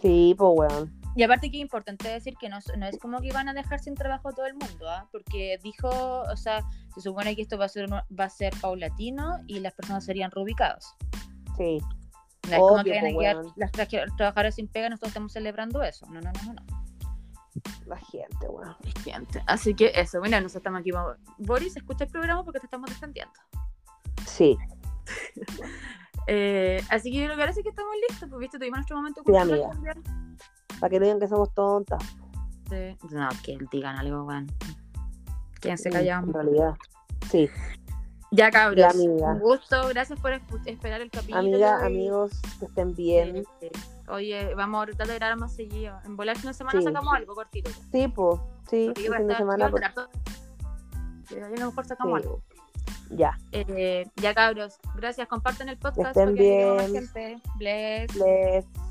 S2: Sí, pues, weón.
S4: Y aparte que es importante decir que no, es- no es como que van a dejar sin trabajo a todo el mundo, ¿ah? porque dijo, o sea, se supone que esto va a ser va a ser paulatino y las personas serían reubicadas.
S2: Sí.
S4: No es como
S2: Obvio,
S4: que van a
S2: po,
S4: quedar
S2: weón.
S4: las tra- que- trabajadoras sin pega, nosotros estamos celebrando eso. No, no, no, no. no.
S2: La gente, weón.
S1: Gente. Así que eso, mira, nosotros estamos aquí. vamos- Boris, escucha el programa porque te estamos defendiendo.
S2: Sí.
S1: Eh, así que yo creo que ahora sí que estamos listos, pues viste, tuvimos nuestro momento
S2: amiga.
S1: también.
S2: Para que no digan que somos tontas.
S1: Sí. No, que digan algo, weón. ¿Quién se
S2: En
S1: callamos?
S2: realidad. Sí.
S1: Ya,
S2: Ya,
S1: cabros.
S2: amiga.
S1: Un gusto, gracias por escu- esperar el capítulo.
S2: Amiga,
S1: de hoy.
S2: amigos, que estén
S1: Eh,
S2: bien.
S1: eh, Oye, vamos a tratar de grabar más seguido. En volar una semana
S2: Sí.
S1: sacamos algo cortito. pues,
S2: Sí, pues. Sí,
S1: porque
S2: el
S1: iba a
S2: fin de
S1: estar-
S2: semana. pues,
S1: iba a estar todo- Pero ahí a lo mejor sacamos
S2: Sí.
S1: algo.
S2: pues, Ya.
S1: Eh, ya cabros, gracias, comparten el podcast
S2: estén
S1: porque lleguemos a más
S2: bien.
S1: gente. Bless.
S2: Les.